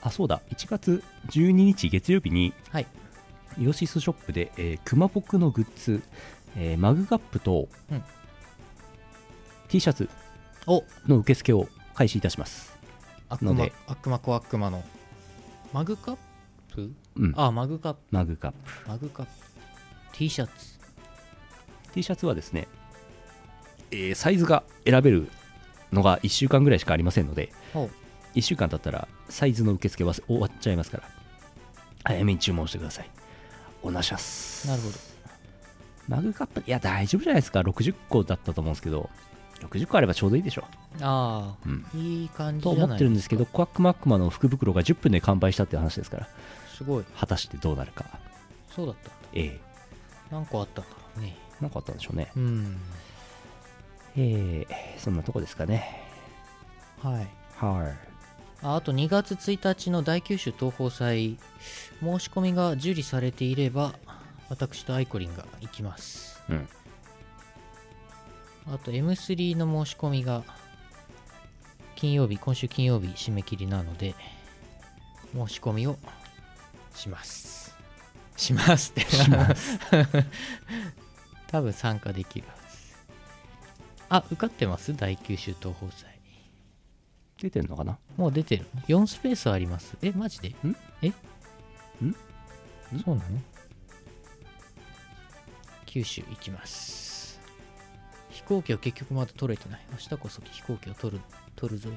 S1: あそうだ1月12日月曜日に
S5: はい
S1: イオシスショップで、えー、クマポクのグッズ、えーマグカップと、
S5: うん
S1: T シャツ
S5: お
S1: の受付を開始いたします
S5: 悪
S1: の
S5: 魔
S1: で
S5: 悪魔子悪魔のマグカップ
S1: うん
S5: あマグカップ
S1: マグカップ
S5: マグカップ T シャツ
S1: T シャツはですね、えーサイズが選べるのが1週間ぐらいしかありませんので
S5: ほ
S1: 1週間経ったらサイズの受付は終わっちゃいますから早めに注文してくださいお願いします
S5: うなるほど
S1: マグカップいや大丈夫じゃないですか60個だったと思うんですけど60個あればちょうどいいでしょ
S5: ああ、
S1: うん
S5: いい感じじ
S1: と
S5: ゃない
S1: 思ってるんですけどコアックマックマの福袋が10分で完売したっていう話ですから
S5: すごい
S1: 果たしてどうなるか
S5: そうだったんだ
S1: ええ
S5: 何個あったんだろうね
S1: なんかあったんでしょうね
S5: うん
S1: ええそんなとこですかね
S5: はい
S1: はい
S5: ああと2月1日の大九州東宝祭申し込みが受理されていれば私とアイコリンが行きます
S1: うん
S5: あと M3 の申し込みが金曜日今週金曜日締め切りなので申し込みをしますしますってします 多分参加できるはずあ受かってます大九州東宝祭
S1: 出てんのかな
S5: もう出てる。4スペースあります。え、マジで
S1: ん
S5: えん
S1: ん
S5: そうなの九州行きます。飛行機を結局まだ取れてない。明日こそ飛行機を取る、取るぞい。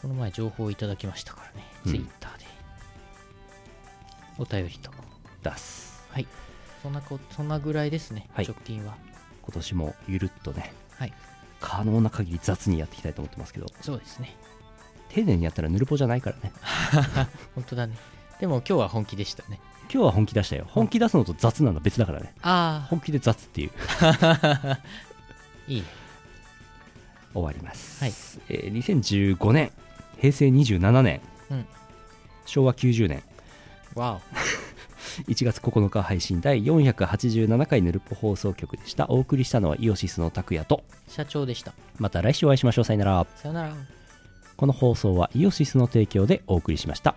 S5: この前情報をいただきましたからね。
S1: うん
S5: ツイッターで。お便りと。
S1: 出す
S5: はい。そんなこ、そんなぐらいですね。
S1: はい
S5: 直近は。
S1: 今年もゆるっとね
S5: はい。
S1: 可能な限り雑にやっていきたいと思ってますけど
S5: そうですね。
S1: 丁寧にやったらぬるぽじゃないからね
S5: 本当だね。でも今日は本気でしたね。
S1: 今日は本気出したよ本気出すのと雑なのは別だからね
S5: あ
S1: 本気で雑っていう
S5: あいいね
S1: 終わります、
S5: はい
S1: えー2015年平成27年、
S5: うん
S1: 昭和90年
S5: わ
S1: 1月9日配信第487回ヌルポ放送局でしたお送りしたのはイオシスの拓也と
S5: お社長でした
S1: また来週お会いしましょうさよなら
S5: さよなら
S1: この放送はイオシスの提供でお送りしました